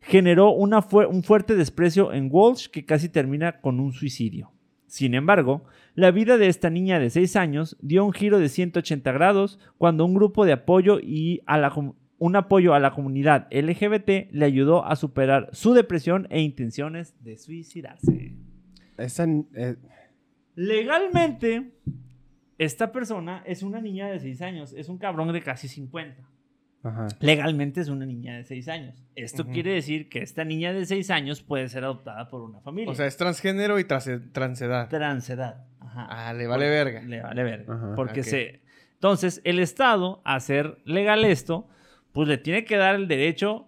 generó una fue- un fuerte desprecio en Walsh que casi termina con un suicidio. Sin embargo, la vida de esta niña de 6 años dio un giro de 180 grados cuando un grupo de apoyo y a la com- un apoyo a la comunidad LGBT le ayudó a superar su depresión e intenciones de suicidarse. Esa, eh, Legalmente, esta persona es una niña de 6 años, es un cabrón de casi 50. ajá. Legalmente es una niña de 6 años. Esto Ujú. quiere decir que esta niña de 6 años puede ser adoptada por una familia. O sea, es transgénero y trans- transedad. transedad. Ajá. Ah, le vale verga. Le vale verga. Ajá. porque Ok. se. Entonces, el Estado, a hacer legal esto, pues le tiene que dar el derecho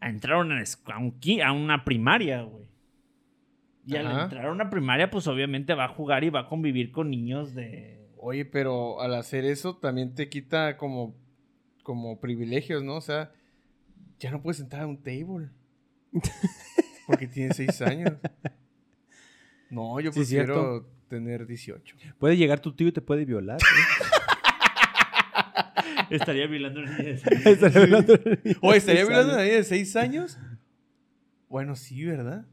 a entrar a una, esc- a un qui- a una primaria, güey. Y al Ajá. entrar a una primaria, pues obviamente va a jugar y va a convivir con niños de. Oye, pero al hacer eso también te quita como, como privilegios, ¿no? O sea, ya no puedes entrar a un table. Porque tienes seis años. No, yo Sí, prefiero tener 18. Puede llegar tu tío y te puede violar. ¿eh? Estaría violando niños. Estaría violando al niño Oye, de ¿estaría seis violando años. a nadie de seis años? Bueno, sí, ¿verdad?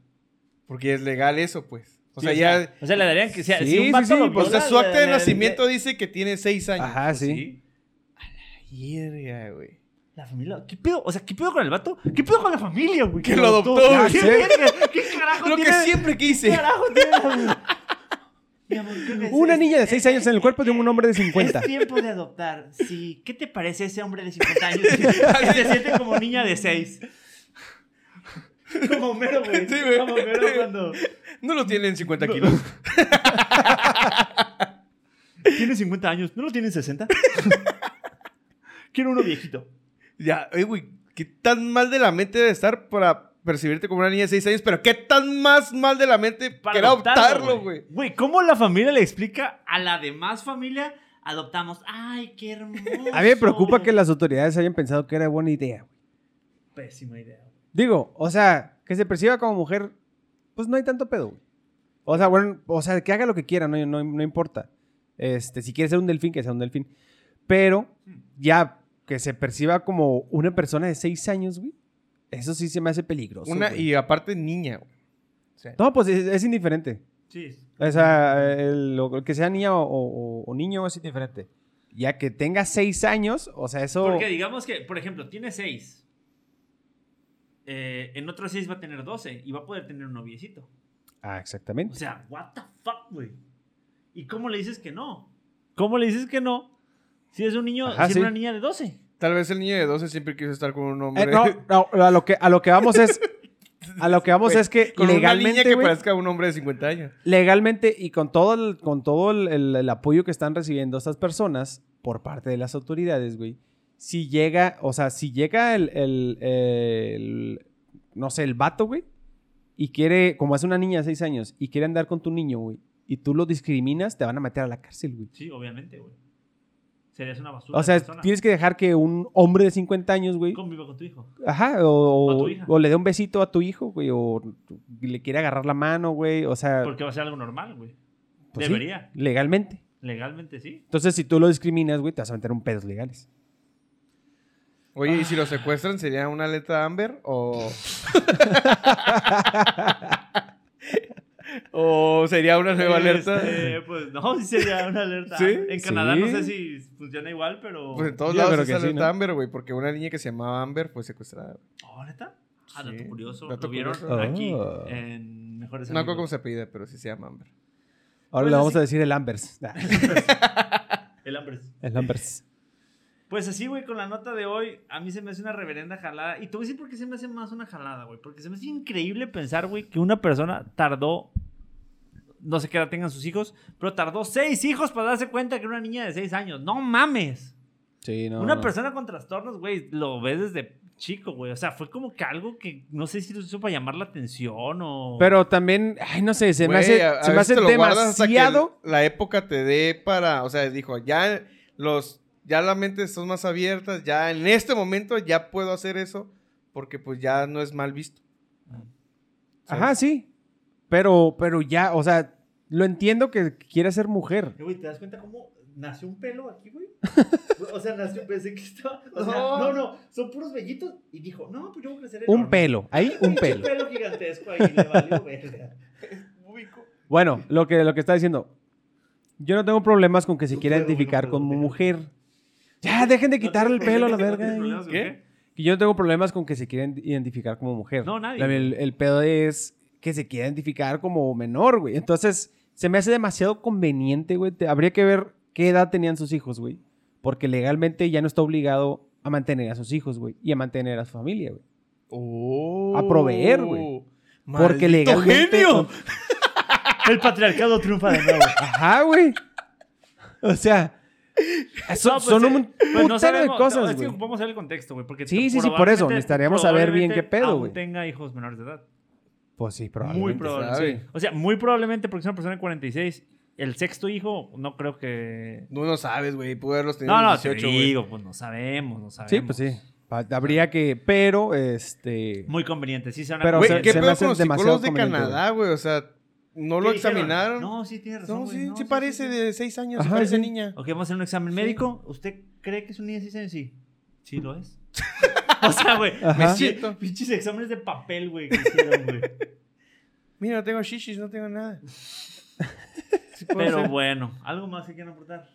Porque es legal eso, pues. O sea, ya. O sea, le darían que sea. Sí, si un sí, vato sí, lo pues, O sea, viola, su acta le- de le- nacimiento dice que tiene seis años. Ajá, Pues, sí. Mierda, güey. La familia. ¿Qué pedo? O sea, ¿qué pedo con el vato? ¿Qué pedo con la familia, güey? Que lo adoptó, güey. ¿Qué, verga? ¿Qué carajo Lo que tiene? siempre ¿Qué quise. carajo tiene la vida? Mi amor, creo que es- Una es- niña de 6 años en el cuerpo de un hombre de Es 50. tiempo de adoptar. Sí. ¿Qué te parece ese hombre de 50 años que se siente como niña de 6? Como mero, güey. Sí, güey. Como mero cuando. No lo tienen 50 kilos. Tiene 50 años. ¿No lo tienen 60? Quiero uno viejito. Ya, oye, güey, ¿qué tan mal de la mente debe estar para percibirte como una niña de 6 años? Pero ¿qué tan más mal de la mente para adoptarlo, güey? Güey, ¿cómo la familia le explica a la demás familia? Adoptamos. ¡Ay, qué hermoso! A mí me preocupa que las autoridades hayan pensado que era buena idea. güey. Pésima idea. Digo, o sea, que se perciba como mujer, pues no hay tanto pedo. güey. O sea, bueno, o sea, que haga lo que quiera, no, no- no importa. Este, si quiere ser un delfín, que sea un delfín. Pero ya que se perciba como una persona de 6 años, güey, eso sí se me hace peligroso. Una, güey. y aparte niña, güey. No, pues es, es indiferente. Sí. O sea, el- lo que sea niña o, o- o niño es indiferente. Ya que tenga 6 años, o sea, eso... Porque digamos que, por ejemplo, tiene 6. en otros 6 va a tener 12 y va a poder tener un noviecito. Ah, exactamente. O sea, what the fuck, güey. ¿Y cómo le dices que no? ¿Cómo le dices que no? Si es un niño, Ajá, si sí. es una niña de 12. Tal vez el niño de 12 siempre quiso estar con un hombre. Eh, no, no, a lo que a lo que vamos es a lo que vamos es que con una niña legalmente que güey, parezca un hombre de 50 años. legalmente y con todo el, con todo el, el- el apoyo que están recibiendo estas personas por parte de las autoridades, güey. Si llega, o sea, si llega el, el- el- no sé, el vato, güey, y quiere, como es una niña de 6 años y quiere andar con tu niño, güey, y tú lo discriminas, te van a meter a la cárcel, güey. Sí, obviamente, güey. Serías una basura. O de sea, persona. tienes que dejar que un hombre de 50 años, güey, Conviva con tu hijo. Ajá, o, O a tu o- hija. o le dé un besito a tu hijo, güey, o le quiere agarrar la mano, güey, o sea, Porque va a ser algo normal, güey. pues sí, Debería. legalmente. Legalmente, sí. Entonces, si tú lo discriminas, güey, te vas a meter un pedos legales. Oye, ¿y si lo secuestran sería una letra Amber o o sería una nueva alerta? Este, pues no, sí sería una alerta. ¿Sí? En Canadá no Sí. sé si funciona igual, pero. Pues en todos Yo lados creo es que sí, alerta ¿no? Amber, güey, porque una niña que se llamaba Amber fue secuestrada. Oh, ¿neta? Ah, dato Sí, curioso. dato lo vieron curioso. aquí Ah. en Mejores No me acuerdo cómo Amigos. se apellida, pero sí se llama Amber. Ahora Pues le vamos así- a decir el Ambers. Ah, El hambre. el Ambers. Pues así, güey, con la nota de hoy, a mí se me hace una reverenda jalada. Y te voy a decir por qué se me hace más una jalada, güey. Porque se me hace increíble pensar, güey, que una persona tardó. No sé qué edad tengan sus hijos, pero tardó seis hijos para darse cuenta que era una niña de seis años. ¡No mames! Sí, no. Una no. persona con trastornos, güey, lo ves desde chico, güey. O sea, fue como que algo que no sé si lo hizo para llamar la atención o. Pero también, ay, no sé, se me Güey, hace, a- a se me veces hace te lo guardas hasta que demasiado. La época te dé para, o sea, dijo, ya los ya la mente estás más abiertas, ya en este momento ya puedo hacer eso porque pues ya no es mal visto. Ajá, sí. Pero, pero ya, o sea, lo entiendo que quiere ser mujer. Eh, Güey, ¿te das cuenta cómo nació un pelo aquí, güey? O sea, nació, pensé que estaba. O sea, No. no, no, son puros vellitos. Y dijo, no, pues yo voy a crecer enorme. Un pelo, ahí un pelo. Un pelo gigantesco ahí, le valió verga. Bueno, lo que, lo que está diciendo. Yo no tengo problemas con que se No quiera puedo, güey, no identificar puedo, como déjame. mujer. Ya, dejen de quitarle el ¿No pelo a la tienes- no tienes problemas verga. con ¿Qué? Que yo no tengo problemas con que se quieran identificar como mujer. No, nadie. La- El, el pedo es que se quiera identificar como menor, güey. Entonces, se me hace demasiado conveniente, güey. Te- habría que ver qué edad tenían sus hijos, güey. Porque legalmente ya no está obligado a mantener a sus hijos, güey. Y a mantener a su familia, güey. A proveer, güey. Porque Oh, ¡Maldito legalmente- genio! El patriarcado triunfa de nuevo. Ajá, güey. O sea, son, No, pues, son eh, un pues putero sabemos, de no, cosas, es que güey. ocupamos el contexto, güey. Porque Sí, sí, sí, por eso. probablemente- Necesitaríamos saber bien qué pedo, aún güey. tenga hijos menores de edad. Pues sí, Muy probablemente. probablemente. sabe. sí. O sea, muy probablemente porque es una persona de 46. El sexto hijo, no creo que. No, no sabes, güey. Pude haberlos tenido No, no, 18, te güey. digo, pues no sabemos, no sabemos. Sí, pues sí. Pa- Habría que, pero, este... Muy conveniente, sí, se van a Pero, o Güey, sea, ¿qué se me pedo hace con los demasiado psicólogos de conveniente, Canadá, güey? O sea, ¿no lo ¿Qué dijeron? examinaron? No, No, sí, tiene razón. güey, sí, no, sí parece sí. de 6 años, sí Ajá, parece sí. niña. Ok, vamos a hacer un examen médico. ¿Usted cree que es un niño de 6 años? Sí. Sí, lo es. o sea, güey. Ajá. pinche- Pinches exámenes de papel, güey, que hicieron, güey. Mira, no tengo shishis, no tengo nada. Sí puedo Pero hacer. bueno, ¿algo más que quieran aportar?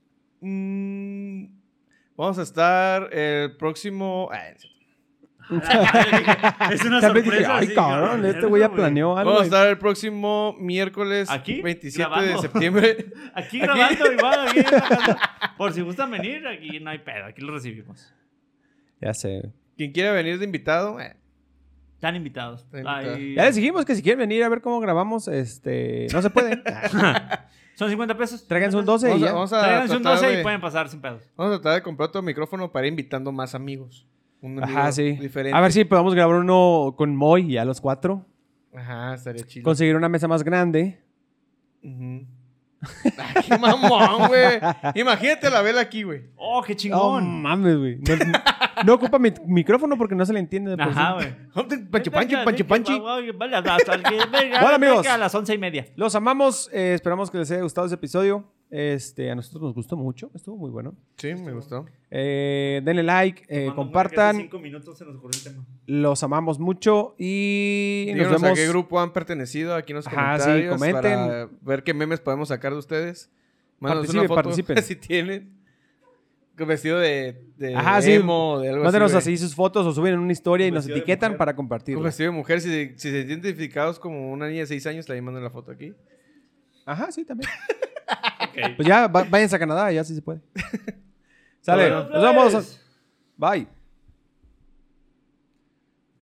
Mm, vamos a estar el próximo. ah, es cierto. es una Tal vez dije, sorpresa. ay, sí, cabrón, este güey ya planeó algo. Vamos a estar el próximo miércoles ¿Aquí? 27 de Grabando. septiembre. Aquí grabando, igual, aquí en la casa. Por si gustan venir, aquí no hay pedo, aquí lo recibimos. Ya sé. Quien quiera venir de invitado, eh, Están invitados. Están invitados. Ahí- Ya les dijimos que si quieren venir a ver cómo grabamos, este. No se puede. Son 50 pesos. Tráiganse un 12 y vamos, a, ya. vamos a Tráiganse un tratar 12 de- pues. y pueden pasar sin pedos. vamos a tratar de comprar otro micrófono para ir invitando más amigos. Un Ajá, amigo sí. Diferente. A ver si podemos grabar uno con Moy, ya los cuatro. Ajá, estaría chido. Conseguir una mesa más grande. Ujú. Ay, ¡Qué mamón, güey! Imagínate la vela aquí, güey. Oh, qué No chingón. mames, güey. No, no ocupa mi micrófono porque no se le entiende. de por Ajá, pues, sí. güey. Panchi, panchi, panchi, panchi. Vale, hasta el que venga, Bueno, venga amigos. A las once y media. Los amamos. eh, esperamos que les haya gustado este episodio. Este, a nosotros nos gustó mucho. Estuvo muy bueno. Sí, me gustó. Eh, denle like, eh, compartan. minutos se nos ocurrió el tema. Los amamos mucho y Díganos nos a qué vemos. grupo han pertenecido aquí en los Ajá, sí, comentarios. comenten. Para ver qué memes podemos sacar de ustedes. Mándanos Participen, una foto participen. si tienen. Con Vestido de, de Ajá, sí. emo, de algo Mándenos así. así sus fotos o suben en una historia y nos Vestido de etiquetan mujer. para güey. compartir. Con vestido de mujer. Si, si se sienten identificados como una niña de 6 años, también mandan la foto aquí. Ajá, sí, también. Pues ya, va- váyanse a Canadá, ya sí se puede. Sale. Sale, nos vemos. Bye.